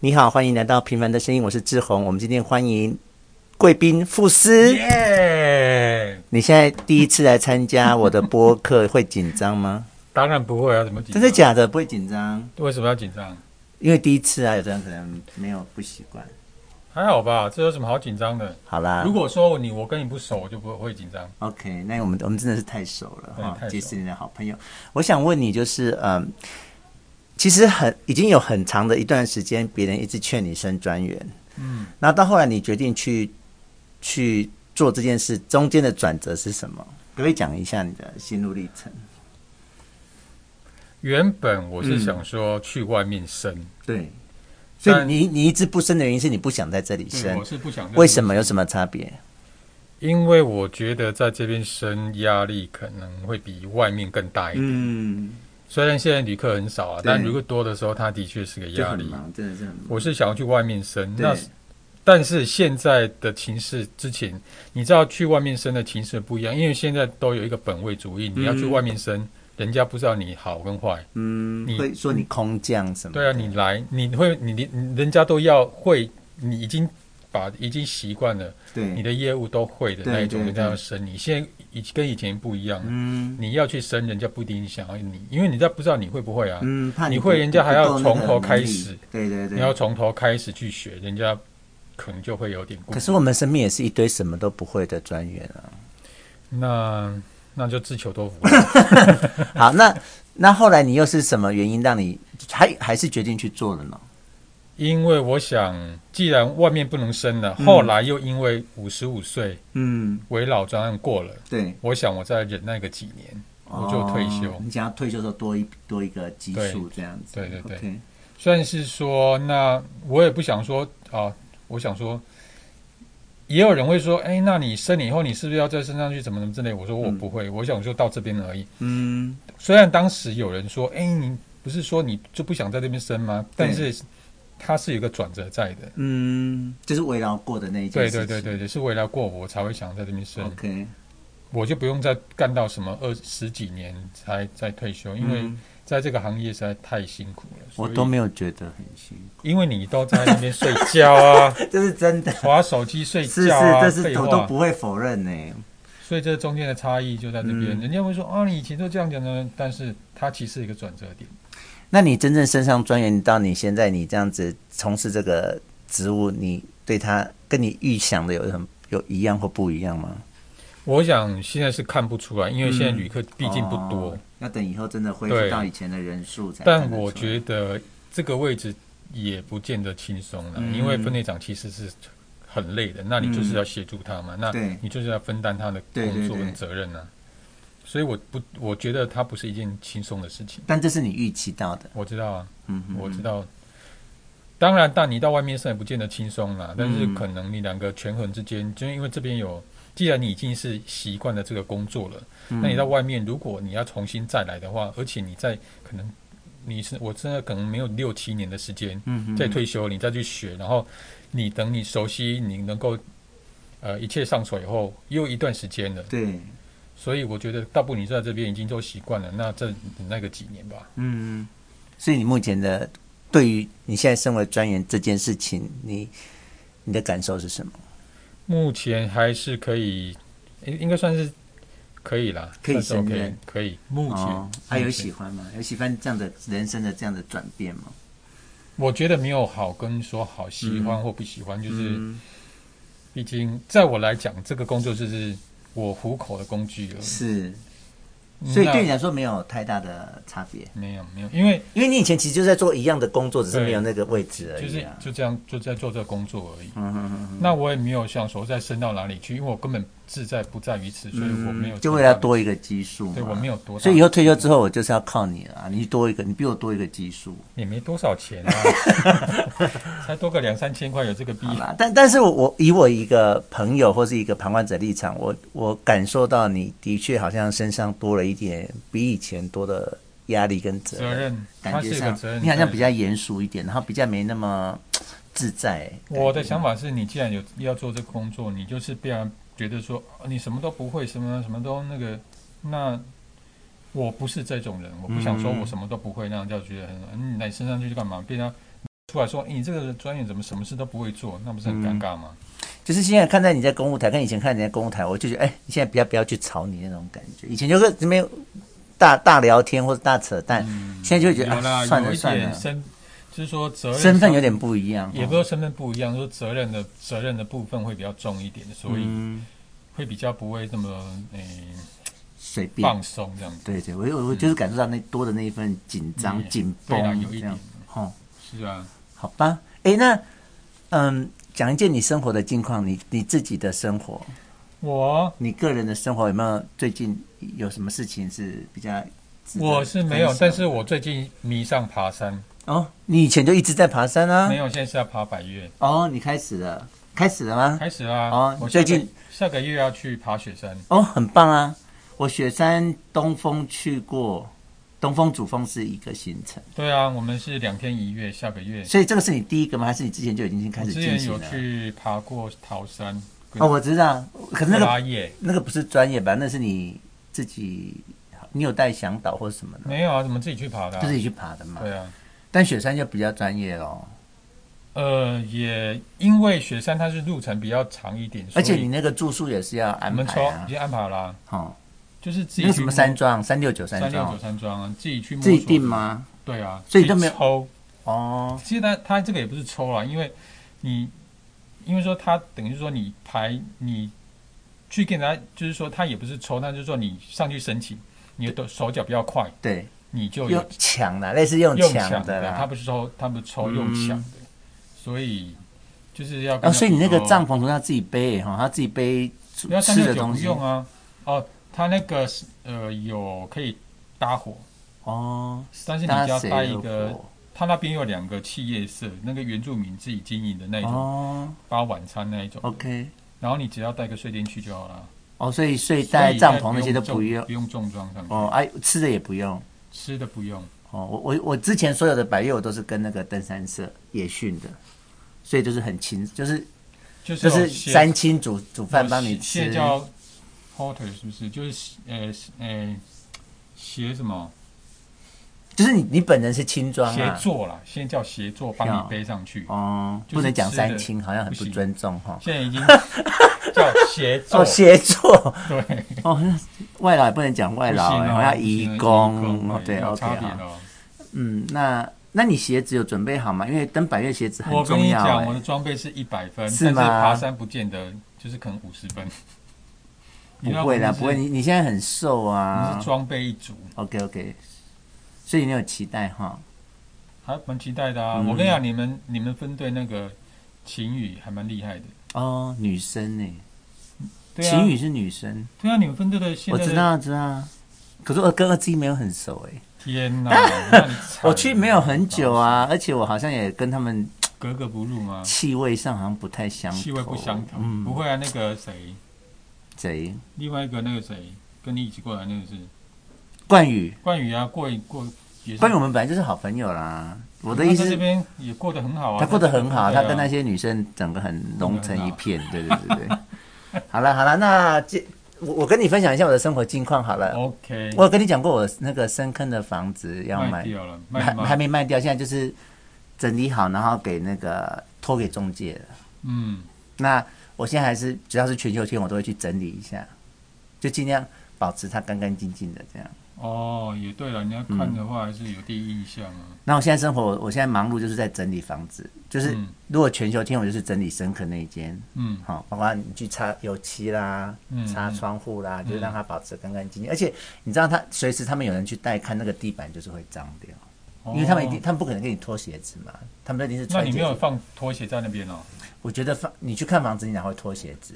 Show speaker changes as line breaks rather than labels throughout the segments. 你好，欢迎来到《平凡的声音》，我是志宏。我们今天欢迎贵宾傅斯。
耶、
你现在第一次来参加我的播客，会紧张吗？
当然不会啊，怎 么紧
真
张？
的假的？不会紧张，
为什么要紧张？
因为第一次啊，有的人可能没有不习惯。
还好吧，这有什么好紧张的？
好啦
如果说你我跟你不熟，我就不会紧张。
，OK，那我们我们真的是太熟了
对
哈
太，熟
结识你的好朋友。我想问你，就是嗯，其实很已经有很长的一段时间，别人一直劝你升专员，
嗯，
那到后来你决定去去做这件事，中间的转折是什么？可不可以讲一下你的心路历程？
原本我是想
嗯
说去外面生，
对，所以
但
你你一直不升的原因是你不想在这里
对，
升
我，是不想。
为什？么？有什么差别？
因为我觉得在这边生压力可能会比外面更大一点。
嗯，
虽然现在旅客很少啊，
对
但旅客多的时候，它的确是个
就
压
很
力。
忙，真的是很忙。
我是想要去外面生，那
对
但是现在的情势之前，你知道去外面生的情势不一样，因为现在都有一个本位主义，你要去外面生，人家不知道你好跟坏。
嗯，
你
会说你空降什么的？
对啊，你来，你会，你你人家都要会，你已经把已经习惯了你
对，
的业务都会的
对
那一种，
对
人家要
对
生你。现在已跟以前不一样了，
嗯
你要去生，人家不一定想要你，因为人家不知道你会不会啊。
嗯，怕
你
不
会人家还要
不够那个
从头开
能力
始
对对对，
你要从头开始去学，人家可能就会有点顾虑。
可是我们身边也是一堆什么都不会的专员啊。
那那就自求多福。
好，那那后来你又是什么原因让你还还是决定去做了呢？
因为我想，既然外面不能生了，后来又因为五十五岁
嗯，
围老专案过了，
对，
我想我再忍耐个几年，我就退休。
哦你想要退休的时候多一多一个基数这样子，
对对对
OK
虽然是说，那我也不想说啊，我想说，也有人会说，哎，那你生了以后，你是不是要再升上去，怎么怎么之类？我说我不会，我想就到这边而已。
嗯，
虽然当时有人说，哎，你不是说你就不想在这边生吗？但
对
是它是有一个转折在的。
嗯，就是围绕过的那一件
对
事
对
情，
对对对，是围绕过我才会想在这边生。
，OK，嗯
我就不用再干到什么二十几年才再退休，因为
嗯
在这个行业实在太辛苦了。
我
所以
都没有觉得很辛
因为你都在那边睡觉啊，
苦，这是真的，
划手机睡
是是，
觉啊，
这
废
是我都
话。
不会否认呢、
所以这中间的差异就在这边，
嗯
人家会说啊，你以前都这样讲的，但是它其实是一个转折点。
那你真正升上专员到你现在，你这样子从事这个职务，你对他跟你预想的有什么有一样或不一样吗？
我想现在是看不出来，因为现在旅客毕竟不多，
哦要等以后真的恢复
对
到以前的人数才看得
但
出来。
我觉得这个位置也不见得轻松了，
嗯
因为分队长其实是很累的，那你就是要协助他嘛，那
对
你就是要分担他的
对对
工作
对
跟责任啊。所以我不，我觉得它不是一件轻松的事情。
但这是你预期到的，
我知道啊，
嗯哼，
我知道。当然，但你到外面上也不见得轻松啦。但
嗯
是可能你两个权衡之间，就因为这边有，既然你已经是习惯了这个工作了，
嗯
那你到外面，如果你要重新再来的话，而且你在可能你是我真的可能没有六七年的时间
嗯哼
再退休，你再去学，然后你等你熟悉，你能够呃一切上手以后，又一段时间了。
对，
所以我觉得大部分你在这边已经都习惯了，那这那个几年吧，
嗯，所以你目前的对于你现在身为专员这件事情，你你的感受是什么？
目前还是可以，应应该算是可以啦，
可以
算是
胜
OK，
任
可以。目前
哦，还、有
目前
喜欢吗？有喜欢这样的人生的这样的转变吗？
我觉得没有好跟说好喜欢或不喜欢，就是。
嗯
毕竟在我来讲，这个工作就是我糊口的工具了。
是，
嗯那
所以对你来说没有太大的差别，
没有没有，因为
因为你以前其实就在做一样的工作，只是
对
没有那个位置而
就
已
是
啊。
就这样就在做这个工作而已。
嗯哼哼哼
那我也没有想说再升到哪里去，因为我根本志在不在于此，所以我没有
嗯就为了
多，
多一个基数嘛，
对我没有多大，
所以以后退休之后，我就是要靠你了啊，你多一个，你比我多一个基数，
也没多少 钱啊，才多个两三千块，有这个必
好
要。
吧？但但是我我以我一个朋友或是一个旁观者立场，我我感受到你的确好像身上多了一点比以前多的压力跟责
责
任，
任，它
感
是
觉
一个
上
责任。
你好像比较严肃一点，然后比较没那么嘖自在。
我的
感觉
想法是你既然有要做这个工作，你就是不要觉得说啊你什么都不会，什么什么都那个。那我不是这种人，我不想说我什么都不会，那样就觉得很，嗯、你来升上去干嘛？被他出来说，诶你这个专业怎么什么事都不会做，那不是很尴尬吗？
就是现在看在你在公务台，跟以前看你在公务台，我就觉得，哎，你现在不要不要去吵你那种感觉。以前就是这边大大聊天或者大扯淡，现在就会觉得、
嗯有啦，
啊、算
有
了
一
算
点
了，
身，就是说责任
身份
上
有点不一样。
也
哦
不是说身份不一样，说责任的责任的部分会比较重一点，所以
嗯，
会比较不会那么诶、
随便。
放松这样子。
对对，我我我就是感受到那多的那一份紧张、
嗯
紧
对啦
绷，
有一
这样
点。
哦，
是啊，
好吧。哎，那嗯，讲一件你生活的近况，你你自己的生活，
我
你个人的生活有没有最近有什么事情是比较值得分享？
我是没有，但是我最近迷上爬山，
哦，你以前就一直在爬山啊
没？有，现在是要爬百越，
哦，你开始了，开始了吗？
开始啦。
哦
我
最
下个
近
下个月要去爬雪山，
哦，很棒啊！我雪山东峰去过，东峰主峰是一个行程，
对啊，我们是两天一月，下个月。
所以这个是你第一个吗？还是你之前就已经开
我
始
之
进
前
行
有
了？
去爬过桃山跟
哦，我知道，可是那个
拉叶，
那个不是专业吧？那是你自己，你有带向导或什么的，
没有啊，怎么自己去爬的、
就
啊
是？你去爬的嘛。
对啊，
但雪山就比较专业咯，
呃，也因为雪山它是路程比较长一点，所
而
以
且你那个住宿也是要
我
安
们
排
抽
啊
已。经安排了啊、
哦，
就是自己
那
去
个什么山庄，三六九
三
山
六九
庄，
山庄啊，自己去摸
自
索
己定？吗？
对啊，
所以都没有
自己抽。
哦，
其实他他这个也不是抽啦，因为你因为说他等于说你排你去跟人家，就是说他也不是抽，那就是说你上去申请，你的手脚比较快，
对，
你就有
用抢的，类似用
用
抢
的，他
啦。
不是抽，他不是抽用抢的，所以就是要
然
跟他
后，哦所以你那个
比说
帐篷都要自己背哈，他自己背吃
要三
吃
六
的
九
东
不
西
用啊，哦，他那个是呃有可以搭伙，
哦。
但是你
搭
就要
谁
搭一
的
个，
火
他那边有两个企业社，那个原住民自己经营的那一种
哦
包晚餐那一种，
，OK，
然后你只要带个睡垫去就好了，
哦，所以睡
所以
袋、
应该
帐篷那些都
用
不
重
用
不用重装上去，
哦，哎，吃的也不用。
吃的不用，
哦，我我我之前所有的百越我都是跟那个登山社野训的，所以就是很轻，就是
就是
就
有
是
蟹
三清煮煮饭
有
帮你
蟹
吃
蟹，叫 porter 是不是？就是呃呃协什么
就是你你本人是轻装
协
啊，
作啦，先叫协作帮
要
你背上去，
哦，
就是
不能讲
吃的
三清，好像很不
不行
尊重哈。
现在 已经叫协作
哦，，协作
对。
哦， 那外劳也不能讲外
不
劳、
行
欸，
哦
好像
不行
移
移
工
哎
哦，对
有
，OK
差别
啊，
哦。
嗯，那那你鞋子有准备好吗？因为登百越鞋子很
我跟
重
你
要、
讲，我
欸
的，装备是一百分，
是
但是
吗
爬山不见得就是可能五十分。你知道
不会啦，
我们
啊
是
不会，，你你现在很瘦
你
啊
是装备一族，
，OK OK，所以你有期待哈，
还蛮期待的啊。
嗯
我跟你讲，你们你们分队那个晴雨还蛮厉害的。
哦，女生呢、
对啊
晴，雨是女生，
对啊，你们分队的现
我
在的
知道知道。可是我跟二之一没有很熟哎、
天哪，那 你惨了啊
我去没有很久，啊，而且我好像也跟他们
格格不入吗？
气味上好像不太相投，
嗯气味不相同，不
嗯，
会啊。那个谁，
谁？
另外一个那个谁，跟你一起过来那个是
冠宇，
冠宇啊，过一过也是
冠宇我们本来就是好朋友啦。我的
他
意思
在这
是，
边也过得很好啊，
他过得很好，
对啊
啊他跟那些女生整个很融成一 片，对对对对。好了好了，那这我我跟你分享一下我的生活近况好了。
OK
我有跟你讲过我那个深坑的房子要
卖
卖，
掉了，卖
还还
吗？
没卖掉，现在就是整理好，然后给那个托给中介了。
嗯，
那我现在还是只要是全球天，我都会去整理一下，就尽量保持它干干净净的这样。
哦，也对了，你要看的话还是有第一印象啊。
那我现在生活，我我现在忙碌就是在整理房子，就是
嗯
如果全球天，我就是整理深坑那一间，
嗯
好、包括你去擦油漆啦
嗯，
擦
嗯
窗户啦，就是
嗯
让它保持干干净净。而且你知道它，随时他们有人去带看那个地板，就是会脏掉，因为他们一定，
哦。
他们不可能给你脱鞋子嘛，他们一定是
那
穿
你
鞋
没有
子。
放拖鞋在那边哦？
我觉得放你去看房子，你哪会脱鞋子？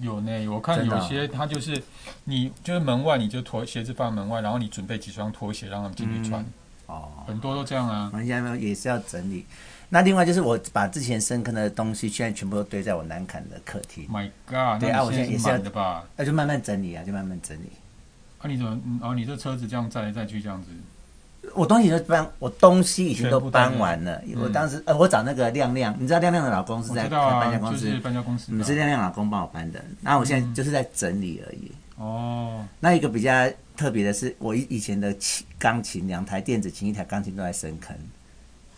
有呢，我看
真的
有
啊
些他就是，你就是门外你就拖鞋子放门外，然后你准备几双拖鞋让他们进去穿，
哦。
很多都这样啊
我。们现在也是要整理。那另外就是我把之前深坑的东西，现在全部都堆在我南坎的客厅，
My God，
对
那
啊
你
我现在也
是
是要
满的吧？
那就慢慢整理啊，就慢慢整理。
啊，你怎么？嗯哦，你这车子这样载来载去这样子，
我东西都搬，我东西已经都
全部带了
搬完了。我当时呃，我找那个亮亮，你知道亮亮的老公是
我
在
知
开
道
搬
啊
家，公
就
司
是，搬嗯家公司
嗯，是
的啊。
亮亮老公帮我搬的。然后我现在就是在整理而已。
哦，
那一个比较特别的是，我以以前的琴钢琴两台电子琴，一台钢琴都在深坑。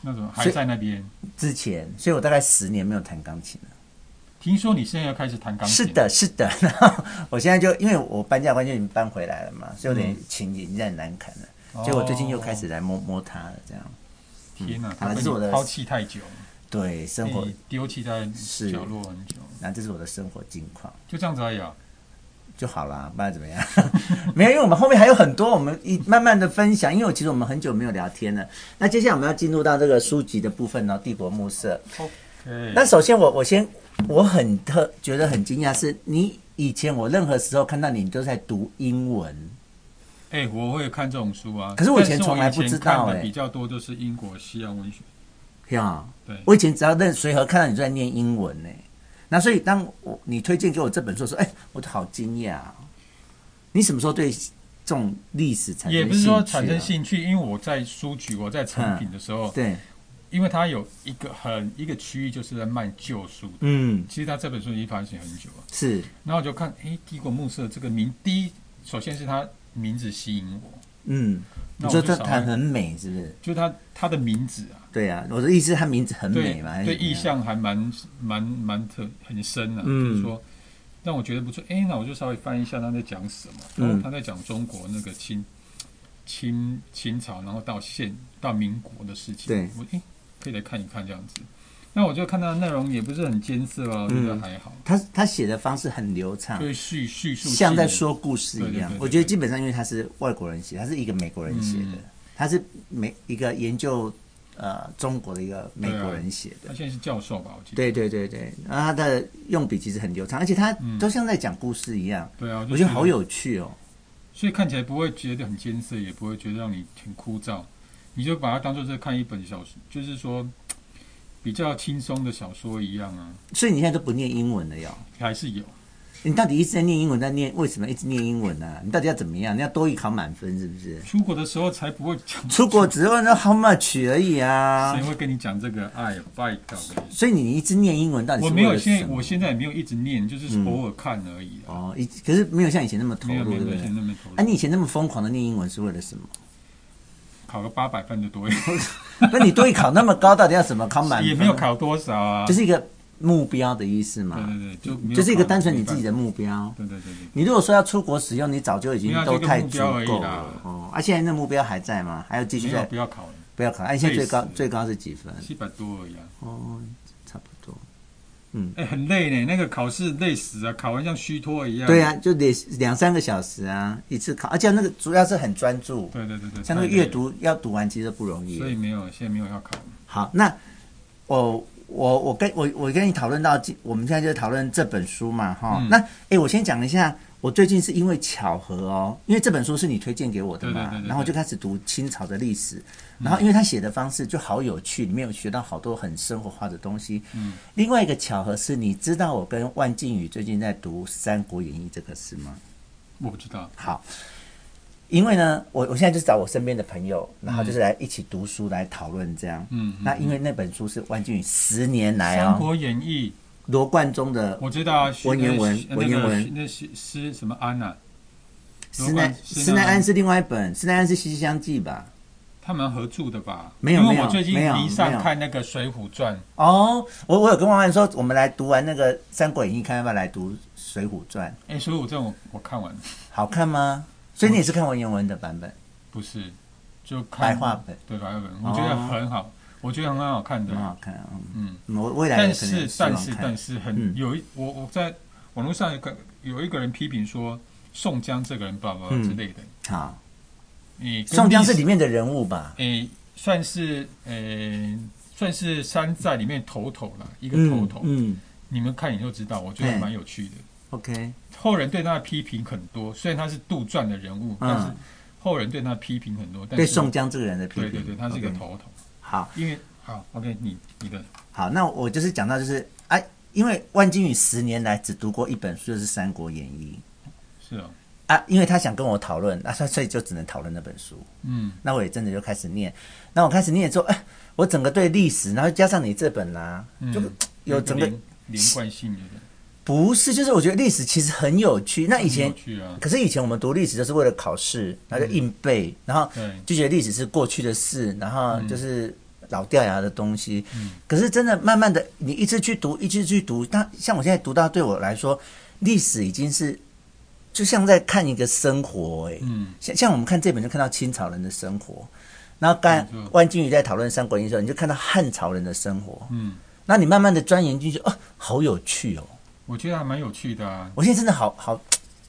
那种
所
还
以
在那边。
之前，所以我大概十年没有弹钢琴了。
听说你现在要开始弹
啊
钢
是
琴，，
的，是的。 然后我现在就因为我搬家关系已经搬回来了嘛，所以有点琴已经在难啃了。结果最近又开始。来摸摸它了，这样。
哦天哪，
嗯
他
啊
被
这是我
你
的
抛弃太久，
对，
被
生活，
你丢弃在
是
角落很久，
那这是我的生活近况
就这样子而已啊。
就好啦，不然怎么样？ 没有，因为我们后面还有很多，我们一慢慢的分享。因为我其实我们很久没有聊天了。那接下来我们要进入到这个书籍的部分哦，《帝国暮色》。
OK，
那首先我我先我很特觉得很惊讶，是你以前我任何时候看到你，你都在读英文，
哎、我会看这种书啊，
可是我以前
但是
从来不知道
我以前看的
哎
比较多就是英国西洋文学，
呀，
对，
我以前只要认随和看到你就在念英文呢、那所以当我你推荐给我这本书的时候，哎、我都好惊讶、哦。你什么时候对这种历史产生、啊
也不是说产生，兴趣，因为我在书局，我在成品的时候，
对，
因为它有一个很一个区域就是在卖旧书的，
嗯，
其实它这本书已经发行很久了，
是，
然后我就看，哎、帝国暮色这个名，第一，首先是它名字吸引我，
嗯，你
那我
说
就
这
想
谈很美是不是？
就是它它的名字啊，
对啊，我的意思是它名字很美啊
对
嘛，还是
对，
怎么
意
样，
象还蛮蛮蛮特很深啊，
嗯
就是说让我觉得不错。哎，那我就稍微翻一下他在讲什么。
嗯
哦，他在讲中国那个清清清朝，然后到现到民国的事情。
对
我哎可以来看一看这样子。那我就看到内容也不是很艰涩啊，我觉得
嗯
还好，
他他写的方式很流畅
就，是叙叙述
像在
性
说故事一样
对对对对。对
我觉得基本上因为他是外国人写，他是一个美国人写的
嗯，
他是美一个研究呃中国的一个美国人写
他
的。
现在是教授吧，我记得。
对对对对，然后他的用笔其实很流畅，而且他
嗯
都像在讲故事一样，
对啊，就
我觉得好，有趣哦。
所以看起来不会觉得很艰涩，也不会觉得让你很枯燥，你就把它当做是看一本小说，就是说比较轻松的小说一样啊，
所以你现在都不念英文了哟？
还是有。
你到底一直在念英文，在念为什么一直念英文呢、你到底要怎么样？你要多一考满分是不是？
出国的时候才不会讲，
出国只问那 how much 而已啊
谁，会跟你讲这个？哎呀，拜托你！
所以你一直念英文到底
我
是
没
为
有
了
现
什
在，
么？
我现在也没有一直念，就是偶尔看而已啊，
哦，一可是没有像以前那么投
没有
入，
没
对
有
不对
以？前那么投入。
啊，你以前那么疯狂的念英文是为了什么？
考个八百分就多，
那你多一考那么高，到底要什么考 满分？
也没有，考多少啊
就。是一个目标的意思
对
嘛。
对对，就没有
就是一个
考
单纯你自己
没
的目标。
办法。对对对对，
你如果说要出国使用，你早就已经
没有啊
都
这个
太
目
足
标而已
够
啦
了哦。啊，现在那目标还在吗？还要继续
没有
在
不要考了，
不要考？哎、啊，现在最高
累死
最高是几分？
七百多而已啊。
哦，差不多。
哎，很累呢，那个考试累死啊，考完像虚脱一样。
对啊，就得两三个小时啊，一次考，而且那个主要是很专注，
对，对对对对，
像那
太
个
累
阅读要读完其实不容易。
了，所以没有，现在没有要考了。
好，那我我我跟我我跟你讨论到今，我们现在就讨论这本书嘛，哈、
嗯
那诶，我先讲一下，我最近是因为巧合哦，因为这本书是你推荐给我的嘛，
对对对对对嗯
然后我就开始读清朝的历史，然后因为他写的方式就好有趣，里面有学到好多很生活化的东西。
嗯，
另外一个巧合是，你知道我跟万靖宇最近在读《三国演义》这个事吗？
我不知道，
好，因为呢，我我现在就是找我身边的朋友，然后就是来一起读书来讨论这样。
嗯嗯
那因为那本书是万俊宇十年
《
来
三
哦，
国演义》
罗贯中的
我知道啊，
文言文
那个
文言文
那个那是诗什么安啊呐？
施耐
罗贯
施耐庵是另外一本，施耐庵是《西乡记》吧？
他们合著的吧？
没有
因
没
为
有
我最近
没有
迷
没
上
有
看那个《水浒传》，
哦，我我有跟万万说，我们来读完那个《三国演义》，看要不要来读《水浒传》，
哎，《水浒传》我我看完了，
好看吗？所以你也是看文言文的版本，
不是，就看
白话哦本，
对白话本，我觉得很好，我觉得很好看的
很，好看啊。
嗯。
嗯我未来
但
也可能
是
有希望
但是
看
但是很
嗯
有一我我在网络上有个有一个人批评说宋江这个人爸爸
嗯
之类的，
好，
你
宋江是里面的人物吧？
诶、算是诶、算是山寨里面头头啦，一个头
嗯
头。
嗯
你们看你就知道，我觉得
嗯
蛮有趣的。
，OK，
后人对他的批评很多，虽然他是杜撰的人物，但是
嗯，
后人对他的批评很多。但
对
是
宋江这个人的批
对
评，
对对，他是一个
OK
头头。
好。
因为好，OK，你你的
好，那我就是讲到就是哎、因为万金宇十年来只读过一本书，就是《三国演义
是哦，》
啊，因为他想跟我讨论，啊，所以所以就只能讨论那本书。
嗯，
那我也真的就开始念，那我开始念之后，哎、我整个对历史，然后加上你这本啦、
嗯
就有整个
连连贯性有点
不是，就是我觉得历史其实很有趣。那以
很有
前。
趣啊，
可是以前我们读历史就是为了考试，然后就硬背，然后
对
就觉得历史是过去的事，然后就是、老掉牙的东西。
嗯
可是真的慢慢的，你一直去读，一直去读，但像我现在读到对我来说，历史已经是就像在看一个生活、哎，
嗯，
像像我们看这本就看到清朝人的生活，然后刚才万金宇在讨论《三国演义》的时候，你就看到汉朝人的生活，
嗯，
那你慢慢的钻研进去，哦，好有趣哦！
我觉得还蛮有趣的啊，
我现在真的好好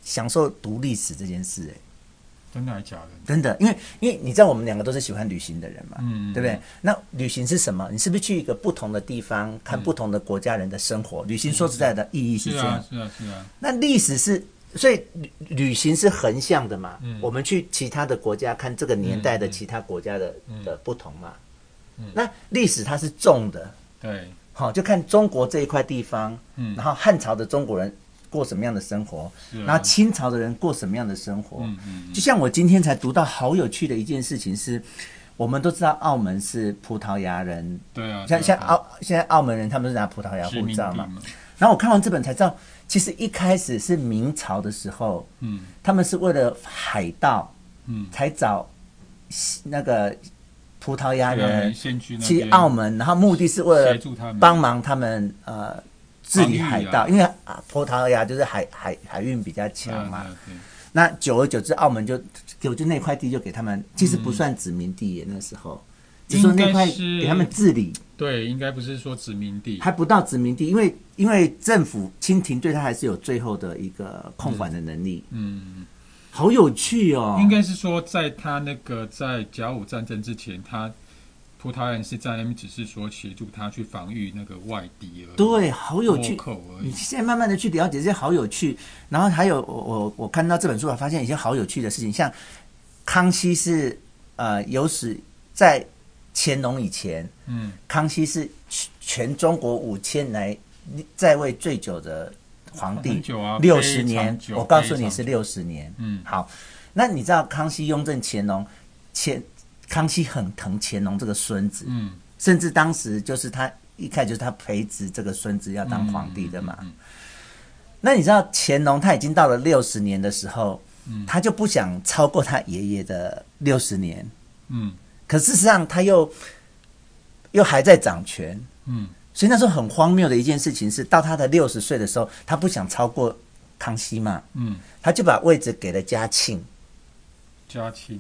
享受读历史这件事、哎。
真的还假的？
真的，因为因为你知道我们两个都是喜欢旅行的人嘛，
嗯
对不对？那旅行是什么？你是不是去一个不同的地方，看不同的国家人的生活？旅行说实在的意义是
嗯是
这
啊
样。，
是啊，是啊，
那历史是，所以旅旅行是横向的嘛？
嗯
我们去其他的国家看这个年代的其他国家的、的不同嘛？
嗯
那历史它是重的，
对，
好、就看中国这一块地方，
嗯
然后汉朝的中国人过什么样的生活，
是啊
然后清朝的人过什么样的生活。
嗯嗯
就像我今天才读到好有趣的一件事情是，我们都知道澳门是葡萄牙人，
对啊，
像
对
像
啊
澳现在澳门人他们是拿葡萄牙
殖
护
民地
照嘛。然后我看完这本才知道，其实一开始是明朝的时候，
嗯
他们是为了海盗
嗯，
才找西那个葡萄牙
对啊
人
先去那
去
边
澳门，然后目的是为
协
了
助他们
帮忙他们呃治理海
防御
盗，
啊
因为啊葡萄牙就是海海海运比较强嘛。，
对啊
那久而久之，澳门就就就那块地就给他们，其实不算殖民地耶，那时候只说那块
嗯应该是
给他们治理，
对对，对应该不是说殖民地，
还不到殖民地，因为因为政府清廷对他还是有最后的一个控管的能力，
嗯，
好有趣哦。
应该是说在他那个在甲午战争之前，他葡萄牙人是在那边只是说协助他去防御那个外敌而已，
对，好有趣
倭。寇而
你
已，
现在慢慢的去了解这些好有趣，然后还有我我我看到这本书，我发现一些好有趣的事情，像康熙是呃有史在乾隆以前，
嗯，
康熙是全全中国五千来在位最久的皇帝
很久啊，
六十、年
非常。久
我告诉你
非常
是
久
六十年。
嗯
好，那你知道康熙、雍正、乾隆，乾康熙很疼乾隆这个孙子，
嗯，
甚至当时就是他一开始就是他培植这个孙子要当皇帝的嘛。
嗯嗯嗯
那你知道乾隆他已经到了六十年的时候，
嗯
他就不想超过他爷爷的六十年，
嗯
可事实上他又又还在掌权。
嗯
所以那时候很荒谬的一件事情是，到他的六十岁的时候，他不想超过康熙嘛，
嗯，
他就把位置给了嘉庆，
嘉庆，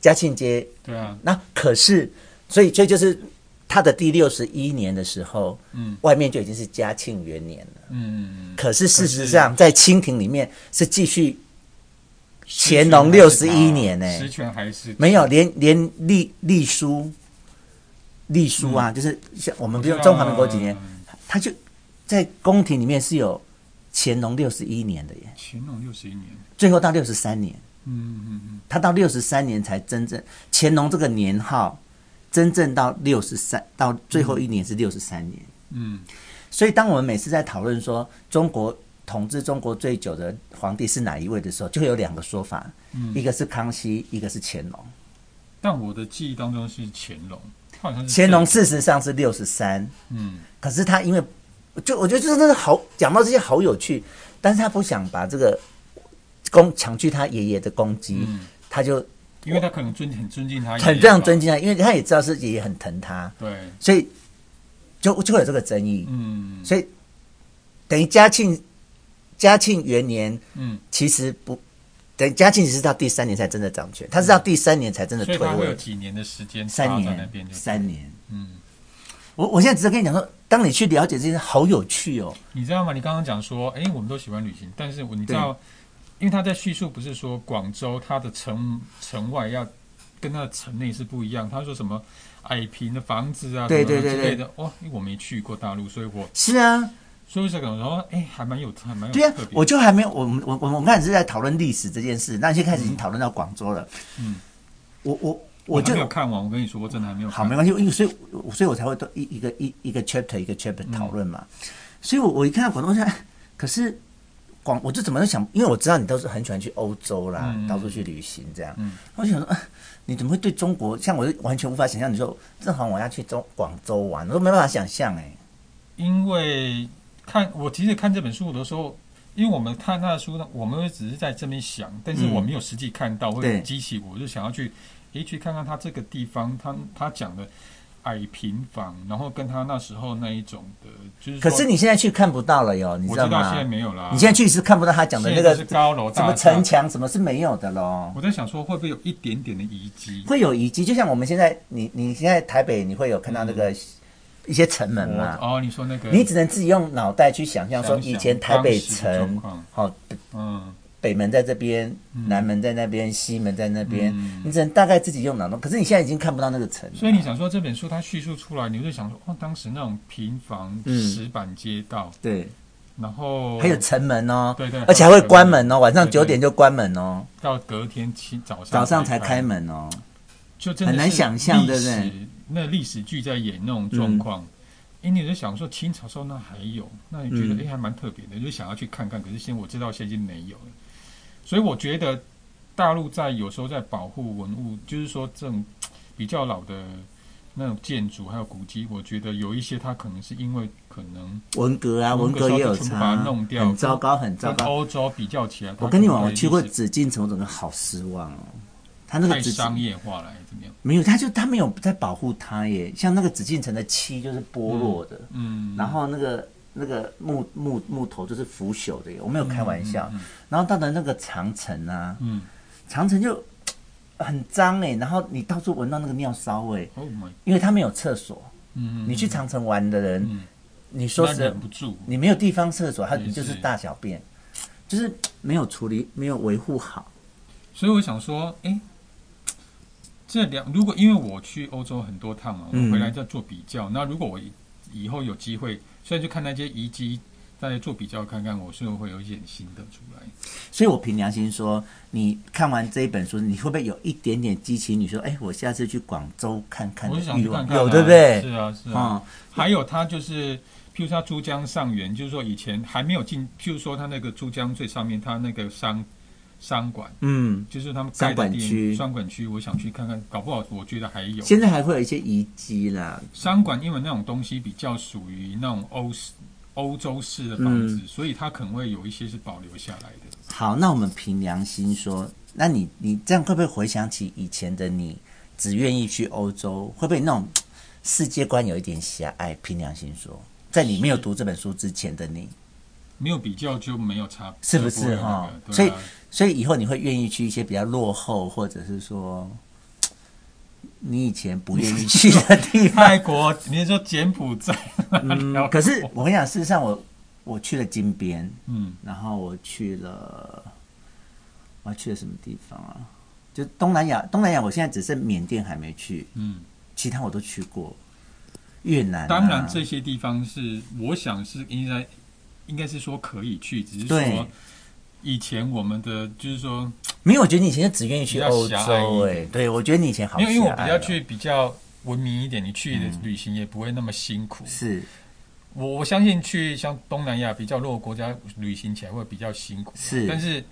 嘉庆接。
对啊，
那可是，所以这就是他的第六十一年的时候，
嗯
外面就已经是嘉庆元年了。
嗯，
可是事实
可是
上，在清廷里面是继续
实
乾
权
隆
还
六
是
十
他
一年欸呢、
实权还是
没有，连连隶隶书，隶书啊，就是像我们比如中华民国几年，他就在宫廷里面是有乾隆六十一年的耶，
乾隆六十一年，
最后到六十三年，
嗯嗯嗯，
他到六十三年才真正乾隆这个年号，真正到六十三到最后一年是六十三年。
嗯，
所以当我们每次在讨论说中国统治中国最久的皇帝是哪一位的时候，就会有两个说法，一个是康熙，一个是乾隆。
但我的记忆当中是乾隆，他好像是
乾隆，事实上是六十三，
嗯，
可是他因为就我觉得这真的好讲到这些好有趣，但是他不想把这个攻抢去他爷爷的攻击，
嗯
他就
因为他可能尊很尊敬他，
很非常尊，敬他，因为他也知道是爷爷很疼他，
对，
所以就就会有这个争议。
嗯
所以等于嘉庆嘉庆元年
嗯，
其实不等于嘉庆只是到第三年才真的掌权，他是到第三年才真的
嗯所以
退
他会有
位，
几年的时间
三
差在那边
年
就
三年。
嗯。
我我现在只是跟你讲说，当你去了解这些，好有趣哦。
你知道吗？你刚刚讲说，哎，我们都喜欢旅行，但是我你知道，因为他在叙述不是说广州它的城城外要跟它的城内是不一样，他说什么矮平的房子啊，
对
什么
对对
之类的。哦，因为我没去过大陆，所以我
是啊，
所以这个然后哎，还蛮有还蛮有
对啊
特，别。
我就还没有，我们我我我们开始是在讨论历史这件事，那现在开始已经讨论到广州了。
嗯，
我我
我
我
还
就
没有看完，我跟你说，我真的还没有看
好没关系，因为所以我所以我才会都一一个一一个 chapter 一个 chapter 讨论嘛。
嗯
所以我我一看到广东，我想，哎可是广我就怎么都想，因为我知道你都是很喜欢去欧洲啦，
嗯
到处去旅行这样。
嗯
我就想说、啊，你怎么会对中国？像我就完全无法想象，你说正好我要去中广州玩，我都没办法想象哎、
因为看我其实看这本书的时候，因为我们看他的书呢，我们只是在这边想，但是
嗯
我没有实际看到，
对
会激起我就想要去，诶，去看看他这个地方，他他讲的矮平房，然后跟他那时候那一种的，就是
可
说
是你现在去看不到了哟，你
我
道
知道
吗
现在？没有啦，
你现在去是看不到他讲的那
现在
个
就是高楼
什
哦大
么
厦
城墙，什么是没有的喽。
我在想说会不会有一点点的遗迹？
会有遗迹，就像我们现在，你你现在台北，你会有看到那个一些城门嘛？
嗯我哦，你说那个
你只能自己用脑袋去想象，说
想想
以前台北
当时的状
城
况，
好、北
嗯，
北门在这边，南门在那边，西门在那边，
嗯
你只能大概自己用脑洞。可是你现在已经看不到那个城了，
所以你想说这本书它叙述出来，你就想说哦，当时那种平房、
嗯
石板街道，
对，
然后
还有城门哦，
对对
而且还会关门哦，晚上
对对
九点就关门哦，
到隔天清早上
早上才
开
开，门哦。
就真的
很难
是
想象
历
对不对嗯
史？那历史剧在演那种状况。因为你就想说清朝时候那还有，那你觉得
嗯
哎、诶还蛮特别的，就想要去看看。可是现在我知道现在已经没有了，所以我觉得大陆在有时候在保护文物，就是说这种比较老的那种建筑还有古迹，我觉得有一些它可能是因为可能
文革啊，文
文革
革也有
时候就全部
差
把它弄，掉
很糟糕，很糟
跟
糕。
欧洲比较起来，它
我跟你
可能
讲，我
对
去过
历史
紫禁城，我整个好失望哦。他那个
太
紫禁
商业化了，还是怎么样？
没有，他就他没有在保护它耶。像那个紫禁城的漆就是剥落的，
嗯，
然后那个那个木木木头就是腐朽的耶，我没有开玩笑。然后到了那个长城啊，
嗯
长城就很脏哎，然后你到处闻到那个尿骚味，
，Oh my，
因为它没有厕所。
嗯，
你去长城玩的人，
嗯
你说
那
是
忍不住，
你没有地方厕所，它
也是
你就是大小便，就是没有处理，没有维护好。
所以我想说，哎、这两如果因为我去欧洲很多趟嘛，我
嗯
回来再做比较。那如果我以以后有机会，虽然就看那些遗迹，大家做比较看看，我是不是会有一点新的出来？
所以我凭良心说，你看完这一本书，你会不会有一点点激起你说，哎，我下次去广州看看
我
的
是想
欲
去
望
看看、啊，
有对不对？
是啊，是啊。
啊、
还有它就是，譬如说它珠江上元，就是说以前还没有进，譬如说它那个珠江最上面，它那个商商馆，
嗯，
就是他们盖
商
的
管区
店，商管区，我想去看看，搞不好我觉得还有。
现在还会有一些遗迹啦，
商管因为那种东西比较属于那种欧式欧洲式的房
嗯
子，所以它可能会有一些是保留下来的。
好，那我们凭良心说，那你你这样会不会回想起以前的你，只愿意去欧洲，会不会那种世界观有一点狭隘？凭良心说，在你没有读这本书之前的你，
没有比较就没有差，
是不
就会
是
有那
哈、
个
所
对
以
啊、
所以以后你会愿意去一些比较落后，或者是说你以前不愿意去的地 方。
泰国，你是说柬埔寨？
嗯，可是我跟你讲，事实上我我去了金边，
嗯，
然后我去了，我还去了什么地方啊？就东南亚，东南亚我现在只剩缅甸还没去，
嗯，
其他我都去过。越南、啊，
当然这些地方是，我想是应该应该是说可以去，只是
对
说以前我们的就是说，
没有，我觉得你以前就只愿意去欧
比较狭隘
洲
一
哎、
点
对我觉得你以前好
因为因为我
狭
比
隘
较
哦
去比较文明一点，你去的旅行也不会那么辛苦。
是
我我相信去像东南亚比较弱的国家旅行起来会比较辛苦，
是
但是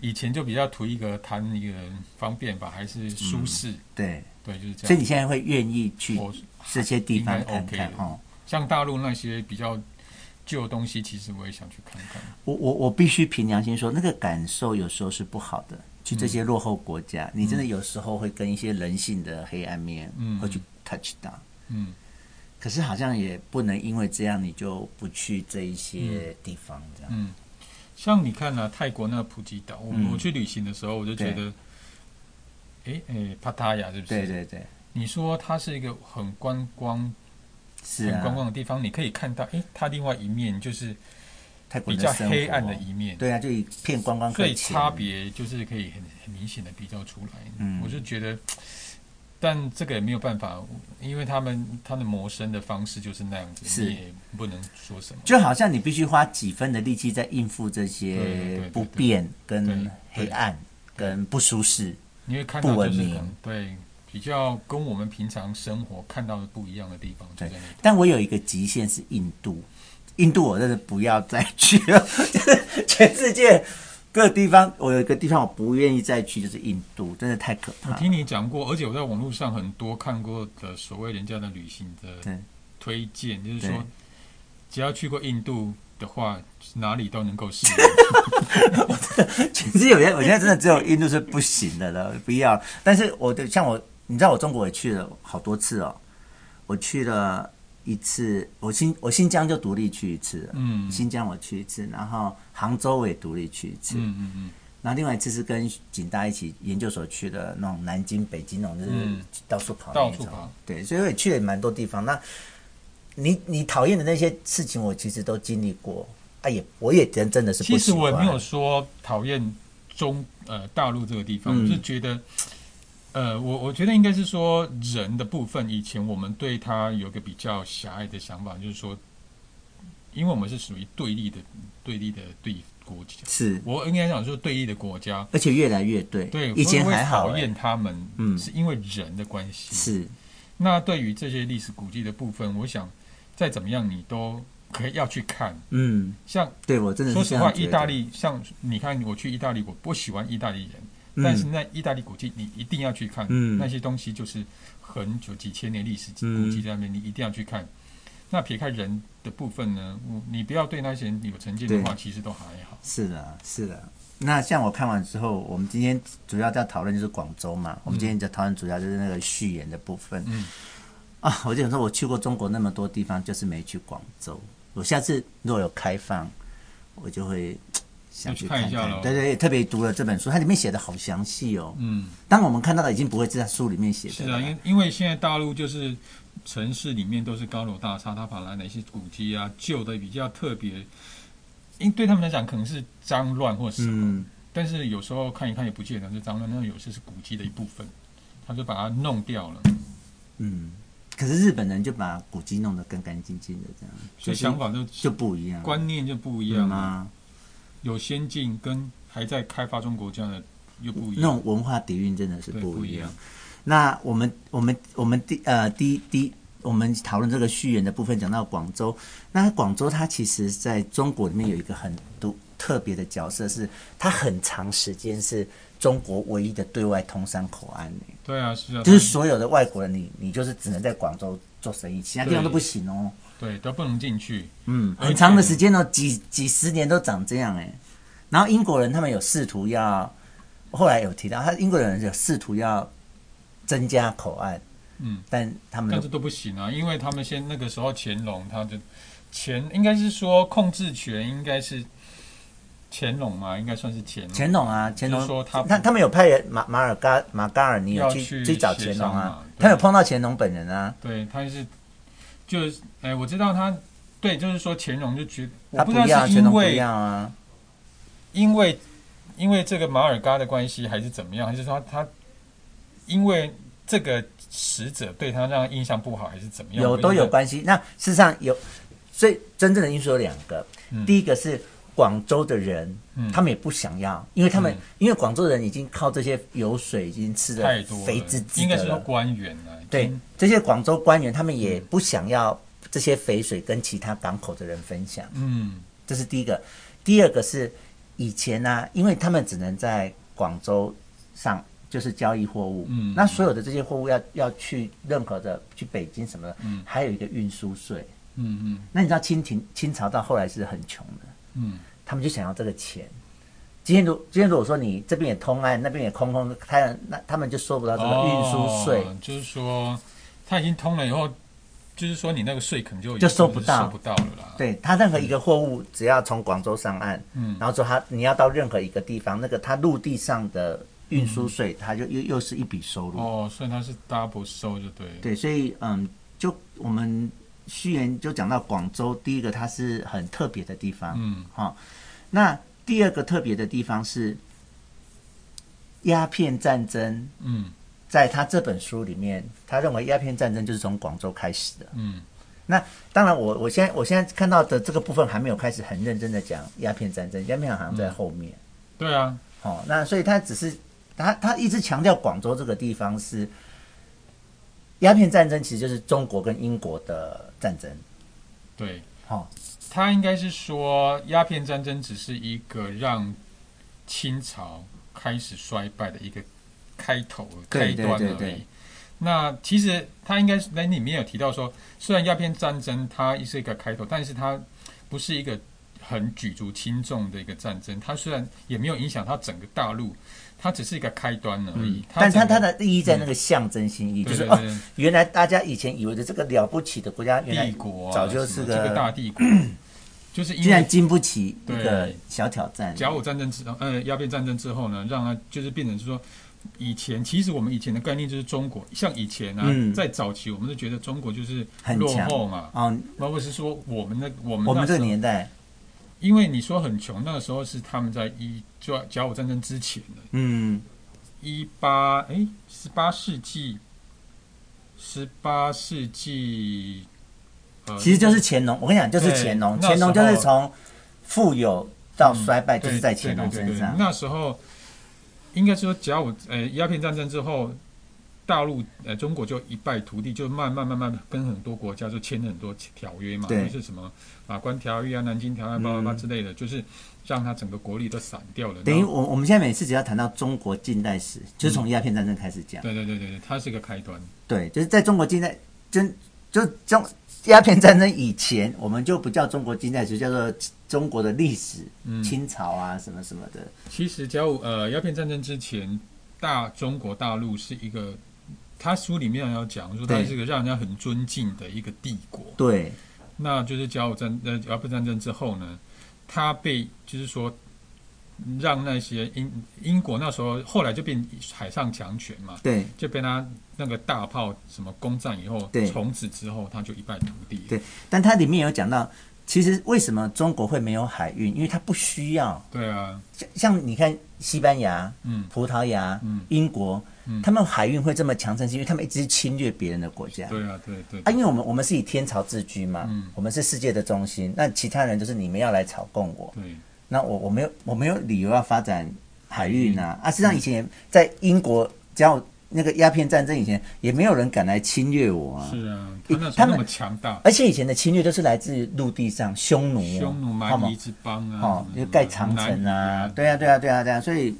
以前就比较图一个贪一个方便吧，还是舒适，
对，
对，就是
嗯
这
所以
样。
你现在会愿意去
我
这些地方
应该
看
OK
看
的
哦。
像大陆那些比较旧的东西，其实我也想去看看。
我我我必须凭良心说，那个感受有时候是不好的。去这
嗯
些落后国家，你真的有时候会跟一些人性的黑暗面
嗯
会去 touch 到。
嗯，
可是好像也不能因为这样你就不去这一
嗯
些地方，这样、
像你看啊，泰国那个普吉岛，我、
嗯
我去旅行的时候，我就觉得，诶诶，帕塔亚是不是？
对对对，
你说它是一个很观光、
是
很
啊，
观光的地方，你可以看到，诶，它另外一面就是
泰国
比
人
较
的生活
黑暗的一面。
对啊，就一片观光
所
客
以
前
差别就是可以很很明显的比较出来。
嗯
我就觉得，但这个也没有办法，因为他们他的谋生的方式就是那样子，
是
你也不能说什么。
就好像你必须花几分的力气在应付这
对对对
些
对
不便、
对
跟
对
黑暗、跟不舒适。
你会看到
不文
就是
明
很对比较跟我们平常生活看到的不一样的地方，就
对
在那里。
但我有一个极限是印度，印度我真的不要再去 了，就是全世界各地方，我有一个地方我不愿意再去，就是印度，真的太可
我
怕。
听你讲过，而且我在网络上很多看过的所谓人家的旅行的
对
推荐，就是
对
说，只要去过印度的话，哪里都能够 适应。
其实有些我现在真的只有印度是不行的了，不要。但是我的像我，你知道我中国也去了好多次哦。我去了一次，我新我新疆就独立去一次了，
嗯
新疆我去一次，然后杭州我也独立去一次，
嗯嗯嗯，
然后另外一次是跟景大一起研究所去的那种南京、北京那种，就是
嗯
到处跑
到
那
处
种。
跑
对，所以我也去了蛮多地方。那你你讨厌的那些事情，我其实都经历过。啊也，我也真真的是不
其
喜
实我
欢。
也没有说讨厌中呃大陆这个地方，
嗯
我是觉得，呃，我我觉得应该是说人的部分，以前我们对他有个比较狭隘的想法，就是说，因为我们是属于对立的对立的对国家，
是，
我应该讲说对立的国家，
而且越来越对。
对，
以前还好、
会讨
欸。
厌他们，
嗯
是因为人的关系，
是，
那对于这些历史古迹的部分，我想再怎么样你都可以要去看。
嗯，
像
对我真的是
说实
这样
话，
觉得
意大，利像你看，我去意大利，我不喜欢意大利人，
嗯
但是那意大利古迹你一定要去看，
嗯
那些东西就是很久几千年历史
嗯
古迹在那边，你一定要去看。那撇开人的部分呢，我你不要对那些人有成见的话，其实都还好。
是的，是的。那像我看完之后，我们今天主要在讨论就是广州嘛，我们今天就讨论主要就是那个序言的部分。
嗯
啊，我就想说，我去过中国那么多地方，就是没去广州。我下次如果有开放，我就会想去看
就去看一下咯
对对，也特别读了这本书，它里面写的好详细哦。
嗯，
当然我们看到的已经不会是在书里面写
是
的
啊，
了。
因因为现在大陆就是城市里面都是高楼大厦，他把来哪些古迹啊，旧的比较特别，因对他们来讲可能是脏乱或什么。
嗯，
但是有时候看一看也不见得是脏乱，那有些是古迹的一部分，他就把它弄掉了。
嗯。可是日本人就把古迹弄得干干净净的，这样
所
就
以
是
想法就
就不一样。
观念就不一
一
样了，
啊，
有先进跟还在开发中国家的又不一
那
样，
种文化底蕴真的是
对，
不
不
一
一
样
样。。
那我们我们我们第呃第第我们讨论这个序言的部分，讲到广州。那广州它其实在中国里面有一个很独特别的角色是，它很长时间是中国唯一的对外通商口岸、欸
对啊，是啊，
就是所有的外国人你，你就是只能在广州做生意，其他地方
对
都不行哦。
对都不能进去。
嗯，
而且
很长的时间哦，几几十年都长这样哎、然后英国人他们有试图要，后来有提到，他英国人有试图要增加口岸，
嗯，
但他们
但
都
是都不行啊，因为他们先那个时候乾隆他就乾应该是说控制权应该是乾隆嘛，应该算是乾隆
乾隆啊，乾隆
就说他
他他们有派人马马尔嘎马嘎尔尼有
要
去
去
找
协
乾隆
商
啊
嘛，
他
对
有碰到乾隆本人啊，
对，他是就是哎，我知道他对，就是说乾隆就觉得
他
我
不
知道
要
是
乾
因
隆不
为
要啊，
因为因为这个马尔嘎的关系，还是怎么样？还是说他他因为这个使者对他让他印象不好，还是怎么样？
有
我觉
都
得
有关系。那事实上有，所以真正的因素有两个，
嗯
第一个是广州的人
嗯，
他们也不想要，因为他们
嗯
因为广州人已经靠这些油水已经吃
太
的
多了
肥滋滋
应该
的
是说
了，
官员啊，已
对
经，
这些广州官员他们也不想要这些肥水跟其他港口的人分享。
嗯，
这是第一个。第二个是以前呢、啊因为他们只能在广州上就是交易货物，
嗯
那所有的这些货物要要去任何的去北京什么的，
嗯
还有一个运输税。
嗯嗯
那你知道清廷清朝到后来是很穷的，
嗯，
他们就想要这个钱。今天如今天如果说你这边也通案，那边也空空，他那他们就收不到这个运输税，
哦就是说他已经通了以后，就是说你那个税可能就
就收不到
收不到了啦。
对他任何一个货物，只要从广州上岸，
嗯
然后说他你要到任何一个地方，那个他陆地上的运输税，他就又又是一笔收入。
哦，所以他是 double 收就对了。
对，所以嗯，就我们序言就讲到广州，第一个它是很特别的地方，
嗯
哈、那第二个特别的地方是鸦片战争，
嗯
在他这本书里面，他认为鸦片战争就是从广州开始的。
嗯
那当然我，我现在我现在看到的这个部分还没有开始很认真的讲鸦片战争，鸦片好像在后面。
对啊，
哦，那所以他只是他他一直强调广州这个地方是鸦片战争，其实就是中国跟英国的战争。
对。
哦，
他应该是说，鸦片战争只是一个让清朝开始衰败的一个开头、
对
开端而已。
对对对
那其实他应该是那里面有提到说，虽然鸦片战争它是一个开头，但是它不是一个很举足轻重的一个战争。它虽然也没有影响它整个大陆，它只是一个开端而已。
嗯但是它
整个
它的意义在那个象征性意义，
嗯对
就是
对
哦
对，
原来大家以前以为的这个了不起的国家，原来
帝国、啊、
早就
什
是
么
个
这个大帝国，就是
居
因
然
为
经不起一
对
个小挑战。
甲午战争之呃鸦片战争之后呢，让它就是变成是说，以前其实我们以前的概念就是中国，像以前啊，
嗯
在早期我们是觉得中国就是
很
落
强
后嘛，
哦，
包括是说我们的我们
我们
那
这个
时候，
年代，
因为你说很穷，那个时候是他们在一就甲午战争之前的，
嗯，
一八哎十八世纪，十八世纪，呃，
其实就是乾隆。我跟你讲，就是
对
乾隆，
那
乾隆
时
就
候
是从富有到衰败，
嗯
就
对
是在乾隆
对对对
身
对
上。
那时候应该说甲午呃鸦片战争之后，大陆呃中国就一败涂地，就慢慢慢慢跟很多国家就签了很多条约嘛，
对
就是什么马关条约啊、南京条约啊、巴拉巴拉
嗯
之类的，就是让他整个国力都散掉了。
等于
然后
我我们现在每次只要谈到中国近代史，就是从鸦片战争开始讲。
对对对对对，它是一个开端。
对，就是在中国近代，就就中鸦片战争以前，我们就不叫中国近代史，叫做中国的历史，
嗯
清朝啊什么什么的。
其实甲午呃鸦片战争之前，大中国大陆是一个。他书里面要讲说，它
对
是一个让人家很尊敬的一个帝国。
对，
那就是甲午战呃甲午战争之后呢，他被就是说让那些英英国那时候后来就变海上强权嘛，
对。
就被他那个大炮什么攻占以后
对，
从此之后他就一败涂地了。
对但它里面有讲到，其实为什么中国会没有海运？因为它不需要。
对啊，
像像你看西班牙、
嗯
葡萄牙、
嗯
英国，
嗯
他们海运会这么强盛，是因为他们一直侵略别人的国家。
对啊，对对
啊，
对
因为我们我们是以天朝自居嘛，
嗯
我们是世界的中心，那其他人就是你们要来朝贡我，
对
那我我没有我没有理由要发展海运
嗯
啊。啊，事实际上以前也在英国，只要那个鸦片战争以前，也没有人敢来侵略我啊。
是啊，他那时
他
候
们哦
那么强大，
而且以前的侵略都是来自于陆地上匈奴、啊、
匈奴
好
蛮
吗
夷之邦啊，
哦
什么，
就盖长城啊，对啊，对啊，对啊，对啊，所以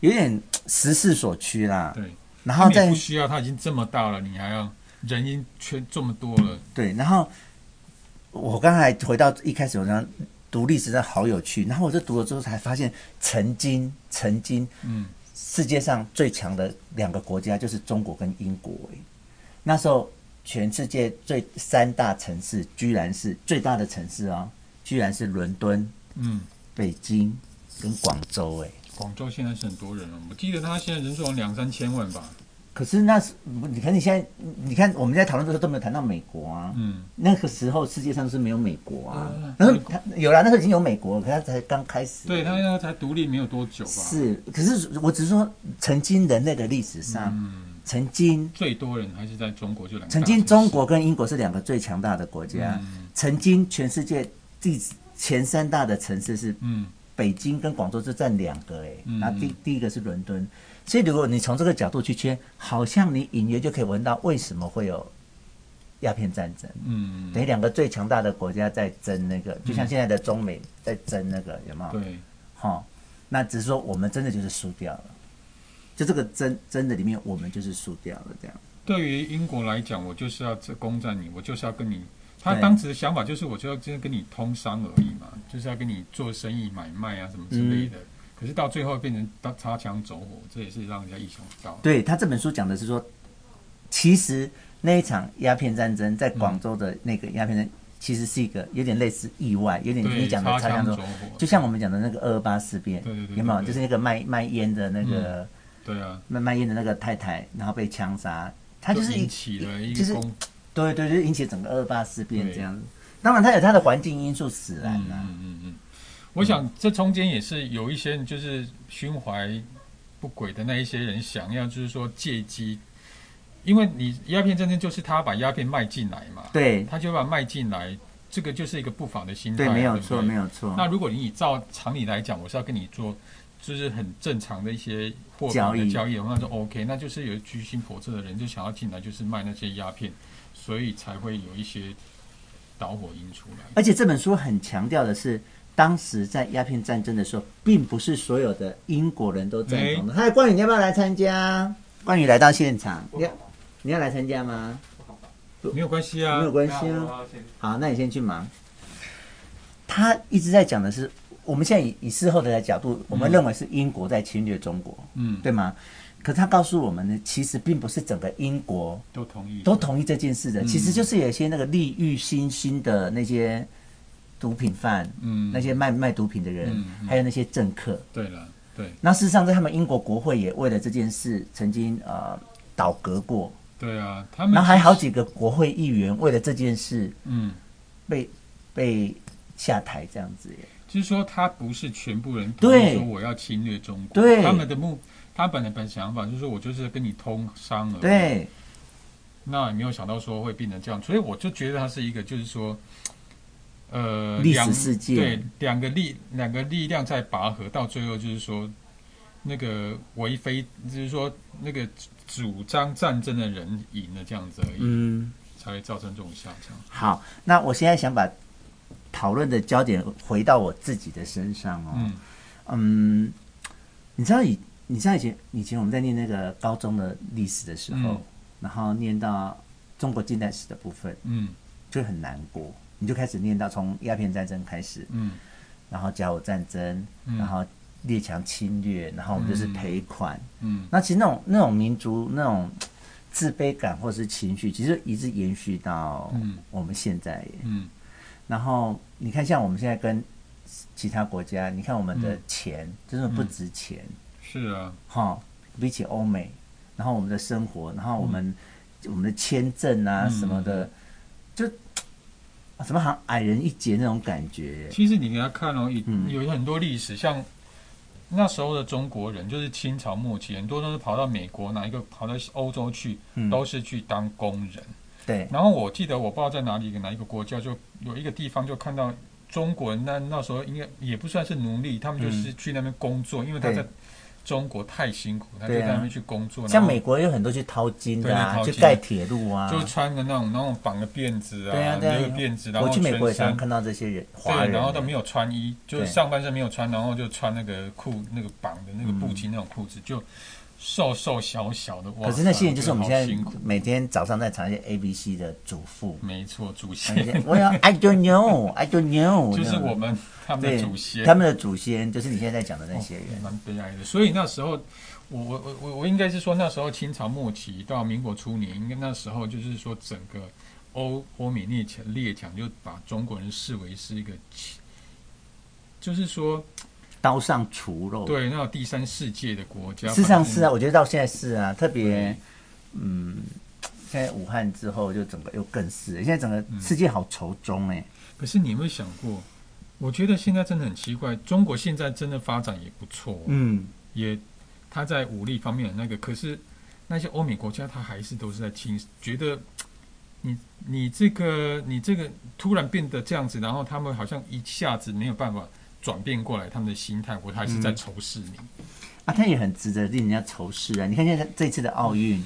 有点时势所趋啦。
对，
然
他
后
们也
再
不需要，他已经这么大了，你还要人已经圈这么多了，
对，然后我刚才回到一开始，我刚刚读历史真的好有趣。然后我就读了之后才发现，曾经曾经
嗯，
世界上最强的两个国家就是中国跟英国、欸。那时候全世界最三大城市，居然是最大的城市哦，居然是伦敦、
嗯。
北京跟广州、欸。
广州现在是很多人了，我记得他现在人数有两三千万吧。
可是那是你看你现在，你看我们在讨论的时候都没有谈到美国啊。
嗯，
那个时候世界上是没有美国啊
嗯，
然后
美国
他有啦，那时候已经有美国了，可他才刚开始。
对，他他才独立没有多久吧。，
是，可是我只是说，曾经人类的历史上，
嗯，
曾经
最多人还是在中国，就两个大
曾
城市。
经中国跟英国是两个最强大的国家，
嗯
曾经全世界第前三大的城市是
嗯，
北京跟广州就占两个哎、欸，
嗯
然后第第一个是伦敦，所以如果你从这个角度去圈，好像你隐约就可以闻到为什么会有鸦片战争，
嗯
等
嗯，
于两个最强大的国家在争那个，就像现在的中美在争那个有没有？
对，
哈，那只是说我们真的就是输掉了，就这个争争的里面我们就是输掉了这样，
对于英国来讲，我就是要这攻占你，我就是要跟你。他
对
当时的想法就是，我就要真跟你通商而已嘛，就是要跟你做生意、买卖啊什么之类
嗯
的。可是到最后变成搭擦枪走火，这也是让人家意想不到。
对他这本书讲的是说，其实那一场鸦片战争在广州的那个鸦片战。其实是一个有点类似意外，有点你
对，
讲的
擦
擦枪
枪
走
走
火
火，
就像我们讲的那个二二八事变，
对对对
有没有？
对对
就是那个卖卖烟的那个、
对啊，
卖卖烟的那个太太，然后被枪杀，他就是一
引起了一
就是
个攻
对对，就是引起整个二二八事变
对
这样子。当然，他有他的环境因素使然啊
嗯
啦、
嗯嗯嗯，我想这中间也是有一些人就是胸怀不轨的那一些人，想要就是说借机，因为你鸦片战争就是他把鸦片卖进来嘛，
对
他就把它卖进来，这个就是一个不法的心态啊、
对，没有
对不
错，
对
没有错。
那如果你以照常理来讲，我是要跟你做。就是很正常的一些货品
交易
的交易，那就 OK，那就是有居心叵测的人就想要进来，就是卖那些鸦片，所以才会有一些导火因出来。
而且这本书很强调的是，当时在鸦片战争的时候，并不是所有的英国人都赞同的。嗨，关羽，你要不要来参加？哎关羽来到现场，你要你要来参加吗？
没有关系啊，
没有关系啊
那我要先
好，那你先去忙。他一直在讲的是，我们现在以以事后的来角度，我们认为是英国在侵略中国，
嗯，
对吗？可是他告诉我们呢，其实并不是整个英国
都同意，
都同意这件事的，其
嗯
实就是有一些那个利欲熏心的那些毒品贩，
嗯
那些卖卖毒品的人，
嗯
还有那些政客。
对了，对
那事实上，在他们英国国会也为了这件事曾经呃倒戈过，
对啊，他们
然后还好
其实
几个国会议员为了这件事
嗯，
被被下台这样子耶。
就是说他不是全部人同
对
意说我要侵略中国，
对
他们的目，他本来本想法就是说我就是跟你通商而已，
对，
那也没有想到说会变成这样，所以我就觉得它是一个，就是说，呃，
历史
两
事件
对两个力两个力量在拔河，到最后就是说，那个为非，就是说那个主张战争的人赢了这样子而已，
嗯，
才会造成这种下场。
好，那我现在想把讨论的焦点回到我自己的身上哦。
嗯
嗯，你知道以你知道以前以前我们在念那个高中的历史的时候，
嗯
然后念到中国近代史的部分，
嗯
就很难过，你就开始念到从鸦片战争开始，
嗯
然后甲午战争，
嗯
然后列强侵略，然后我们就是赔款。
嗯
那其实那种那种民族那种嘖自卑感或是情绪，其实一直延续到
嗯
我们现在耶。
嗯
然后你看，像我们现在跟其他国家，你看我们的
嗯
钱、真的不值钱。
是啊，
哈、比起欧美，然后我们的生活，然后我们、我们的签证啊
嗯
什么的，就啊怎么好像矮人一截那种感觉？
其实你给他看哦，以
嗯
有很多历史，像那时候的中国人，就是清朝末期，很多都是跑到美国，哪一个跑到欧洲去，
嗯
都是去当工人。
对，
然后我记得我不知道在哪里哪一个国家，就有一个地方就看到中国人，那那时候应该也不算是奴隶，他们就是去那边工作，因为他
对
在中国太辛苦，他
嗯
就
对啊
在那边去工作，
像
然后
美国有很多去淘金的啊，
对去淘
去
金
盖铁路啊，
就穿个那种那种绑个辫子
对啊
啊，
对啊
留个辫子，然
我
后
去
全
美国也常常
身。
看到这些人华
对，
人，
然后都没有穿衣，就是
对
上半身没有穿，然后就穿那个裤，那个绑的那个布巾那种裤子，就瘦瘦小小的。哇
可是那些人就是我们
真的
现
好辛
在
苦，
每天早上在查一些 A B C 的主妇，
没错，祖
那些
先
我要 I don't know, I don't know，
嗯就是
那种
我们他们的
对
祖先，
他们的祖先，就是你现在在讲的那
哦
些人，
蛮悲哀的。所以那时候，我我我我我应该是说那时候清朝末期到民国初年，应该那时候就是说整个欧欧美列强列强就把中国人视为是一个其，就是说
刀上除肉，
对那种第三世界的国家，
哦事实上
反正
是啊，，我觉得到现在是啊，特别
对，
嗯，现在武汉之后就整个又更是，现在整个
嗯
世界好仇中哎、
可是你有没有想过？我觉得现在真的很奇怪，中国现在真的发展也不错哦、
嗯，
也他在武力方面的那个，可是那些欧美国家，他还是都是在轻觉得你你这个你这个突然变得这样子，然后他们好像一下子没有办法转变过来他们的心态，我
嗯
还是在仇视你。
啊，他也很值得令人家仇视啊！你看现在这次的奥运，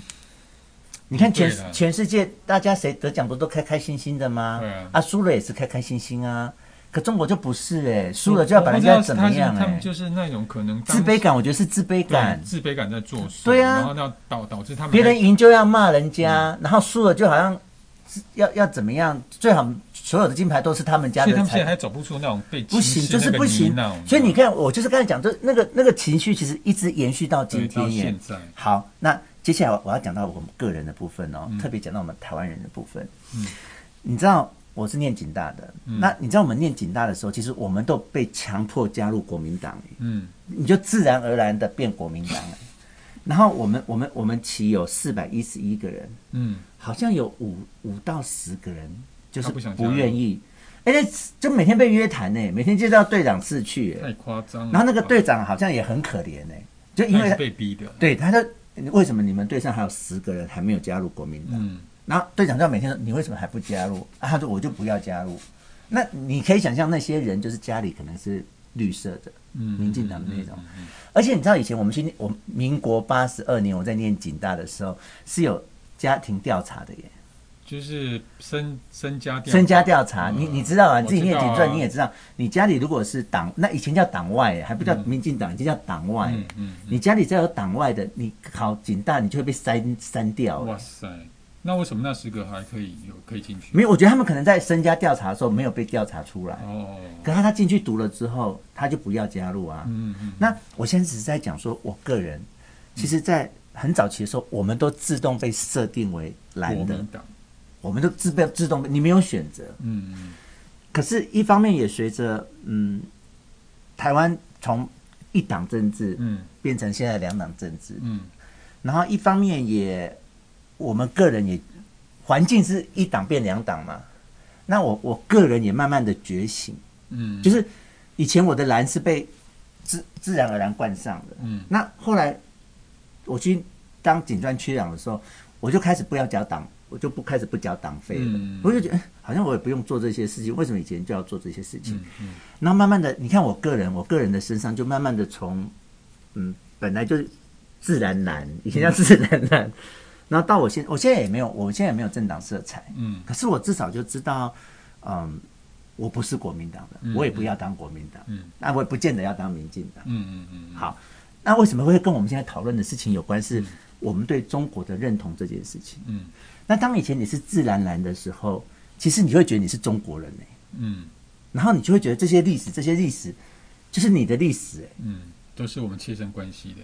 你看全
嗯对的
全世界大家谁得奖不都开开心心的吗
对啊？
啊，输了也是开开心心啊，可中国就不是哎、输了就要把人家怎么样
我不知道是他是
哎、
他们就是那种可能当
自卑感，我觉得是自卑感
对。自卑感在作祟，
对啊
然后那导导致他们
别人赢就要骂人家，
嗯
然后输了就好像是要要怎么样，最好所有的金牌都是他们家
所以他
的
们现在
才
还走不出那种被
不
歧
行，
视
就是
那个啊
不行
泥淖。
所以你看，我就是刚才讲，就那个那个情绪其实一直延续到今
对到
天耶
现。在，
好，那接下来我我要讲到我们个人的部分哦，特别讲到我们台湾人的部分。
嗯
你知道我是念警大的，那你知道我们念警大的时候，其实我们都被强迫加入国民党耶。
嗯
你就自然而然的变国民党了。然后我们我们我们旗有四百一十一个人，
嗯，
好像有五五到十个人就是
他不想加
不
入
愿意，而且就每天被约谈呢、每天就到队长室去、
太夸张了。
然后那个队长好像也很可怜呢、就因
他
为
也
他
是被逼的，
对他就为什么你们队上还有十个人还没有加入国民党？
嗯。
然后队长就每天说：“你为什么还不加入？”啊，他说：“我就不要加入。”那你可以想象那些人就是家里可能是绿色的，
嗯
民进党的那种
嗯嗯嗯。
而且你知道以前我们去念我民国八十二年我在念警大的时候是有家庭调查的耶，
就是身身家调查嗯
身家调查，你你知道啊？
我
你自己念警
知道
专
啊
你也知道，你家里如果是党，那以前叫党外耶，还不叫民进党，已经叫党外。
嗯嗯嗯嗯
你家里只要有党外的，你考警大你就会被删删掉。
哇塞，那为什么那十个还可以有可以进去？
没有，我觉得他们可能在身家调查的时候没有被调查出来。
哦，
可是他进去读了之后，他就不要加入啊。
嗯嗯，
那我现在只是在讲说，我个人其实，在很早期的时候，我们都自动被设定为蓝
国
的
民，党，
我们都自被自动，你没有选择。
嗯嗯
可是，一方面也随着嗯，台湾从一党政治
嗯
变成现在两党政治，
嗯
然后一方面也我们个人也环境是一党变两党嘛。那我我个人也慢慢的觉醒，
嗯，
就是以前我的蓝是被自自然而然冠上的，
嗯
那后来我去当警专区长的时候，我就开始不要缴党，我就不开始不缴党费了。
嗯
我就觉得、哎好像我也不用做这些事情，为什么以前就要做这些事情？
嗯嗯
然后慢慢的，你看我个人，我个人的身上就慢慢的从，嗯，本来就是自然蓝，以前叫自然蓝，
嗯
然后到我现，我现在也没有，我现在也没有政党色彩，
嗯
可是我至少就知道，嗯，我不是国民党的，
嗯
我也不要当国民党，
嗯
那我也不见得要当民进党。
嗯嗯嗯，
好，那为什么会跟我们现在讨论的事情有关？是我们对中国的认同这件事情。
嗯
那当以前你是自然蓝的时候，其实你会觉得你是中国人呢、欸
嗯
然后你就会觉得这些历史，这些历史就是你的历史、欸。
嗯，都是我们切身关系的，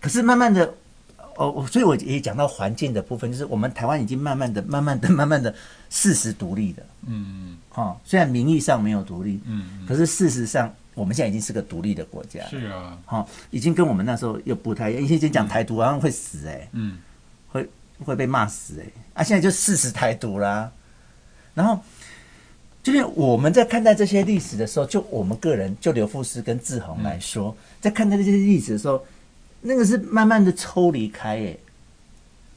可是慢慢的，哦，我所以我也讲到环境的部分，就是我们台湾已经慢慢的、慢慢的、慢慢的事实独立的
嗯
哦，虽然名义上没有独立，
嗯
可是事实上我们现在已经是个独立的国家
嗯，
了。
是啊，
好、已经跟我们那时候又不太一样。以前讲台独好像会死哎、
嗯
会会被骂死哎、啊，现在就事实台独啦。然后就是我们在看待这些历史的时候，就我们个人，就刘富士跟志宏来说，在看待这些历史的时候，那个是慢慢的抽离开哎、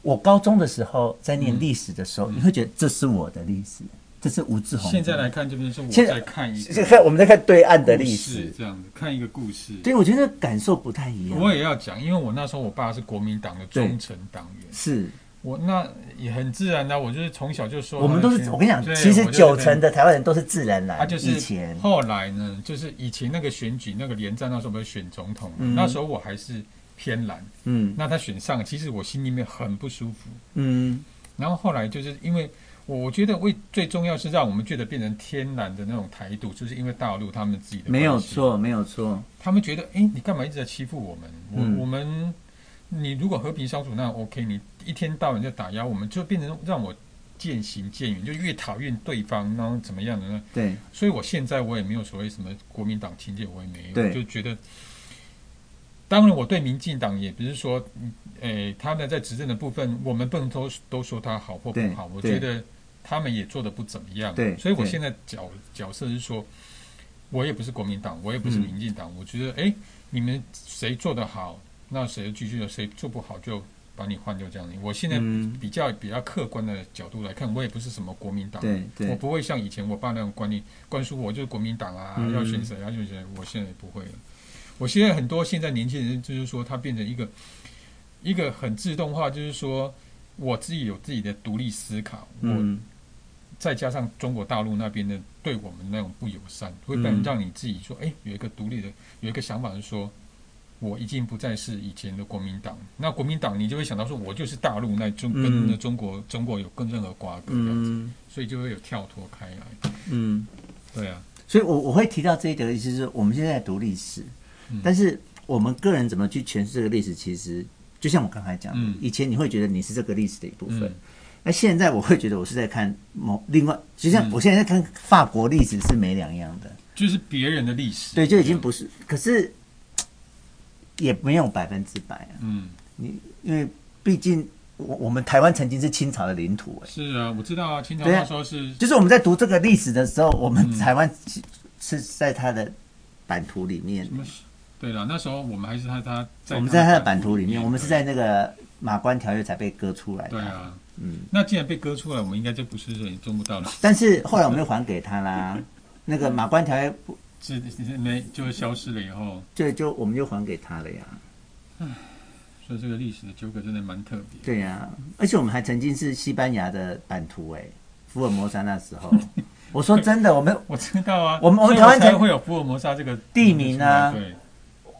我高中的时候在念历史的时
嗯
候，你会觉得这是我的历史，这是吴志宏的。
现在来看这边是我
现在
在看一
现
个
在我们在看对岸的
故
历
事
史，
这样子，看一个故事。
对我觉得感受不太一样。
我也要讲，因为我那时候我爸是国民党的忠诚党员，
是
我那也很自然的、我就是从小就说，
我们都是，我跟你讲，
对
其实
我就
九
跟
成的台湾人都是自然来，
他就是
以前
后来呢，就是以前那个选举那个连战那时候不是选总统嘛、
嗯
那时候我还是偏蓝，
嗯
那他选上了，其实我心里面很不舒服。
嗯
然后后来就是因为我我觉得为最重要是让我们觉得变成天然的那种台独，就是因为大陆他们自己的
没有
关系，
错，没有错，
他们觉得诶，你干嘛一直在欺负我们？我、
嗯
我们你如果和平相处那 OK，你一天到晚在打压我们，就变成让我渐行渐远，就越讨厌对方，然后怎么样的呢？
对，
所以我现在我也没有所谓什么国民党情节，我也没有，
对
就觉得，当然我对民进党也不是说，嗯诶，他们在执政的部分，我们不能都都说他好或不好，
对
我
对
觉得他们也做的不怎么样，
对
所以我
对
现在角角色是说，我也不是国民党，我也不
嗯
是民进党，我觉得，诶，你们谁做得好，那谁就继续，谁做不好就。把你换掉这样子，我现在
嗯
比较比较客观的角度来看，我也不是什么国民党，
对
我
对，
不会像以前我爸那种观念灌输我就是国民党啊，
嗯
要选谁要选谁，我现在也不会了。我现在很多现在年轻人就是说，他变成一个一个很自动化，就是说我自己有自己的独立思考，我
嗯
再加上中国大陆那边的对我们那种不友善，
嗯
会变成让你自己说，哎，有一个独立的有一个想法是说。我已经不再是以前的国民党，那国民党你就会想到说，我就是大陆那中跟
嗯
那中国、中国有更任何瓜葛这样子，
嗯
所以就会有跳脱开来。
嗯，
对啊，
所以我我会提到这一点，意思是我们现在在读历史，
嗯
但是我们个人怎么去诠释这个历史，其实就像我刚才讲
嗯
的，以前你会觉得你是这个历史的一部分
嗯。
那现在我会觉得我是在看某另外，就像
嗯
我现在在看法国历史是没两样的，
就是别人的历史，啊
对，就已经不是，可是也没有百分之百啊。
嗯，
你因为毕竟我我们台湾曾经是清朝的领土、哎，
是啊，我知道啊，清朝
对啊
那时候是，
就是我们在读这个历史的时候，我们台湾是是在它的版图里面欸
什，么对了，那时候我们还是他他在
我们在它的版
图
图里面，我们是在那个马关条约才被割出来
对
的。
啊，
嗯，
那既然被割出来，我们应该就不是人中不到了，
但是后来我们又还给他啦， 那个马关条约不
是没就消失了以后，
就就我们就还给他了呀，
所以这个历史的纠葛真的蛮特别。
对呀、而且我们还曾经是西班牙的版图、哎，福尔摩沙那时候， 我说真的，我们
我知道啊，
我们我们
所以
台湾
才
曾
会有福尔摩沙这个
地名啊
对，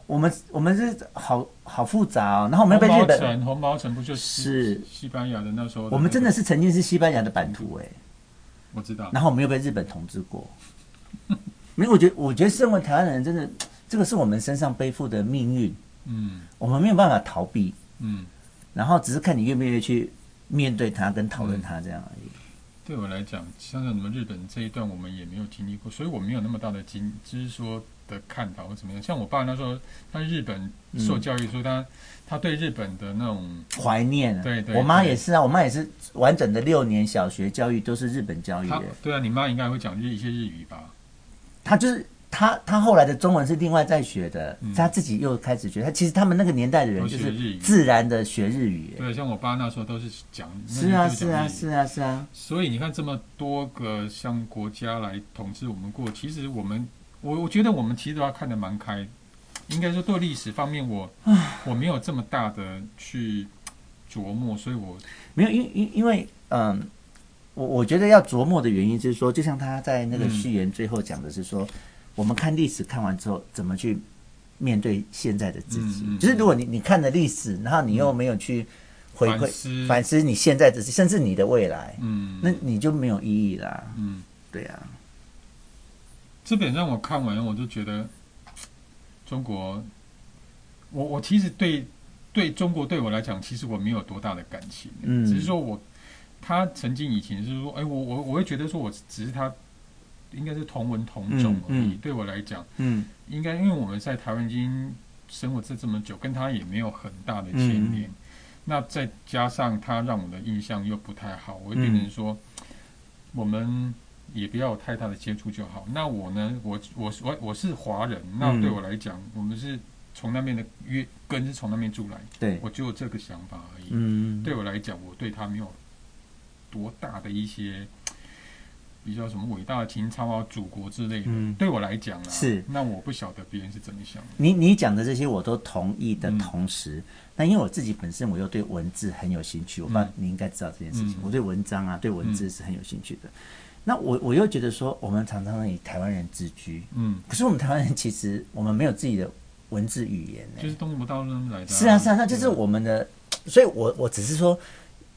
我们我们是好好复杂哦，然后我们又被
红
日
毛
本，
城，红毛城不就是西
是
西班牙的那时候那个？
我们真的是曾经是西班牙的版图哎，
我知道，
然后我们又被日本统治过。没有，我觉得我觉得身为台湾人，真的这个是我们身上背负的命运，
嗯
我们没有办法逃避，
嗯，
然后只是看你愿不愿意去面对它跟讨论它这样而已。
对我来讲，像是你们日本这一段，我们也没有经历过，所以我没有那么大的经，就是说的看法或怎么样。像我爸那时候，他日本
嗯
受教育，所以他他对日本的那种，
怀念啊，
对对
我妈
对
也是啊，我妈也是完整的六年小学教育都是日本教育
他
的，
对啊，你妈应该会讲日一些日语吧？
她就是。她她后来的中文是另外在学的
嗯，
她自己又开始学。她其实他们那个年代的人
都
就
学
是
日语
自然的学日语，哎
对，啊像我爸那时候都是讲，那
是啊
就是讲日
啊
语
是啊是啊，
所以你看，这么多个像国家来统治我们过，其实我们，我我觉得我们其实都要看得蛮开。应该说对历史方面我，我没有这么大的去琢磨，所以我
没有，因因因为嗯，我我觉得要琢磨的原因就是说，就像他在那个
嗯
序言最后讲的是说，我们看历史看完之后，怎么去面对现在的自己。
嗯嗯
就是如果你你看了历史，然后你又没有去回馈、
反思
反思你现在的，甚至你的未来，
嗯，
那你就没有意义啦。
嗯，
对啊，
这本让我看完，我就觉得中国，我我其实对对中国对我来讲，其实我没有多大的感情，
嗯
只是说我他曾经以前是说，哎，我我我会觉得说我只是他应该是同文同种而
嗯
已，
嗯
对我来讲，
嗯
应该因为我们在台湾已经生活这这么久，跟他也没有很大的牵连。那再加上他让我的印象又不太好，我会变成说，我们也不要有太大的接触就好。那我呢，我我我我是华人，那
嗯
对我来讲，我们是从那边的约根是从那边住来，
对，
我只有这个想法而已。
嗯，
对我来讲，我对他没有多大的一些比较什么伟大的情操啊、祖国之类的。
嗯
对我来讲啊，
是
那我不晓得别人是怎么想的。
你你讲的这些我都同意的
嗯
同时，那因为我自己本身我又对文字很有兴趣，我不知道
嗯
你应该知道这件事情。
嗯
我对文章啊，对文字是很有兴趣的。那我我又觉得说，我们常常以台湾人自居，
嗯，
可是我们台湾人其实我们没有自己的文字语言呢、
就是东吴大陆那边来的、
是啊是啊，那就
对
是我们的，所以我我只是说，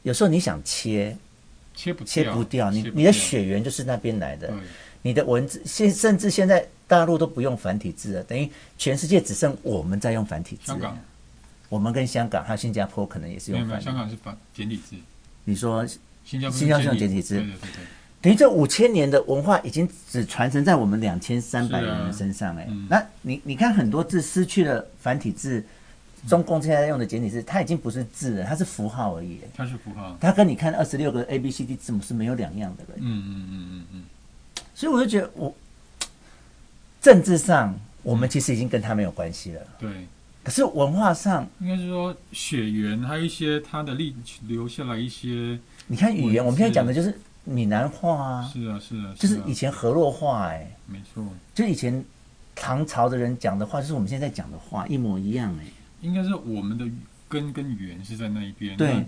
有时候你想切
切不嗯
切不掉，你
切
你的血缘就是那边来的
对，，
你的文字现甚至现在大陆都不用繁体字了，等于全世界只剩我们在用繁体字了。
香港
我们跟香港还有新加坡可能也是
没有
用繁
没有，
体
香。港是繁简体字，
你说，
新加坡
新加坡是用
简
简体字
对对对对，
等于这五千年的文化已经只传承在我们两千三百
是
人
啊
的身上、哎、
嗯
那你你看很多字失去了繁体字，中共现在用的简体字，它已经不是字了，它是符号而已、哎
它是符号。
它跟你看二十六个 A B C D 字母是没有两样的了、
嗯嗯嗯嗯
所以我就觉得我政治上我们其实已经跟他没有关系了
嗯，，对，
可是文化上，
应该是说血缘，还有一些它的历留下来一些，
你看语言，
文字
我们现在讲的就是闽南话啊，
是啊是啊，
就是
啊
以前河洛话、哎。
没错。
就以前唐朝的人讲的话，就是我们现在讲的话一模一样哎、
应该是我们的根跟源是在那一边。
对，
那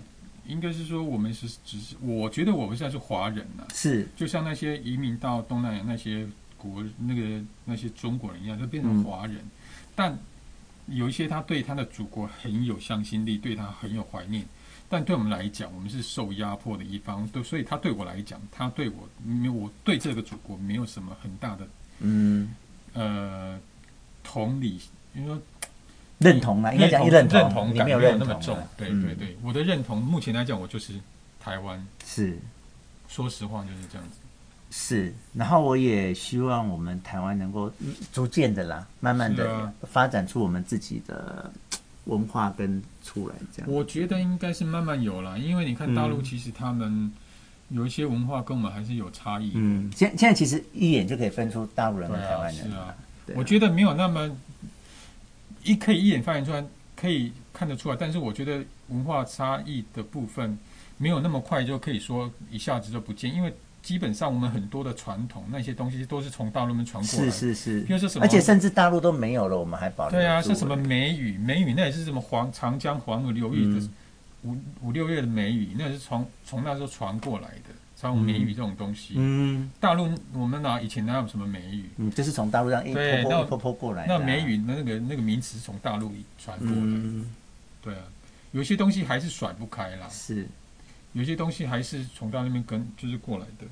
应该是说我们是只是，我觉得我们现在是华人呐、
是，
就像那些移民到东南亚那些国那个那些中国人一样，就变成华人。但有一些他对他的祖国很有向心力，对他很有怀念。但对我们来讲，我们是受压迫的一方，对，所以他对我来讲，他对我没有，我对这个祖国没有什么很大的
嗯，
呃同理，就是说
认同啊啦，应该讲一
认
同，
同
你
感
没有
没有
认
那
同
么
啊
重。对
嗯
对对，我的认同目前来讲，我就是台湾，
是
说实话就是这样子。
是。然后我也希望我们台湾能够嗯逐渐的啦，慢慢
是
的
啊
发展出我们自己的文化跟出来这样。
我觉得应该是慢慢有啦，因为你看大
嗯
陆其实他们有一些文化跟我们还是有差异。
嗯，现现在其实一眼就可以分出大陆人
对
跟台
啊，
湾
是
人
啊
了。，对啊
我觉得没有那么一可以一眼发现出来，可以看得出来，但是我觉得文化差异的部分没有那么快就可以说一下子就不见，因为基本上我们很多的传统那些东西都是从大陆那边传过来
是
的。
是是
比如说啊什，么
而且甚至大陆都没有了，我们还保留
对啊，
住
是什么
哎
梅雨？梅雨那也是什么黄长
嗯
江黄河流域的、五五六月的梅雨，那也是从从那时候传过来的，像美语这种东西。
嗯
大陆我们拿以前哪有什么美语？
嗯，就是从大陆上一
对
波
那
波波波过来的啊、
那美语那个那个名词是从大陆传过的，
嗯
对啊，有些东西还是甩不开啦，
是。
有些东西还是从大陆那边跟就是过来的，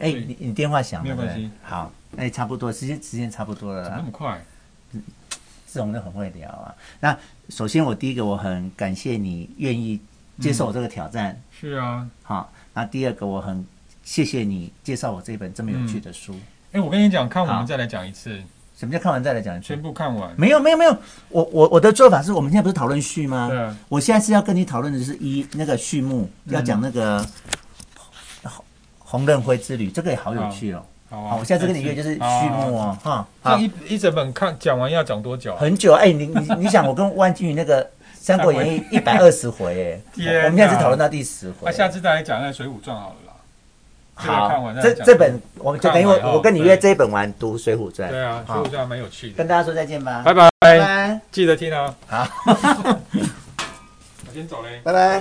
哎、
对
你你电话响
没
了，
有
对不
关
对
系？
好，哎、差不多，时间时间差不多了
怎么
啦
那。么快？
这种就很会聊啊。那首先我第一个我很感谢你愿意接受我这个挑战，
是啊，
好。那第二个我很谢谢你介绍我这本这么有趣的书。
哎，我跟你讲，看我
好
们再来讲一次，
什么叫看完再来讲一次
全？部看完，
没有没有没有，我我我的做法是我们现在不是讨论序吗？
对啊
我现在是要跟你讨论的就是一那个序幕，
嗯
要讲那个红红任辉之旅，这个也好有趣哦。
好啊，
好，我下次跟你约就是序幕
啊。
哦，哈。
这
好，
一一整本看讲完要讲多久啊？
很久哎，你你你想我跟万金宇那个《三国演义》一百二十回哎，
天哪
我们现在只讨论到第十回。
那啊下次再来讲那《水浒传》好了啦。这个看
好
完，再
这
来讲
这本我们就等于我
看完哦
我跟你约
对
这一本完读《水浒传》。
对啊，《水
好
浒，传》蛮有趣的。
跟大家说再见吧，
拜拜，
拜拜。
记得听啊。
好，
哦 我先走嘞。
拜拜。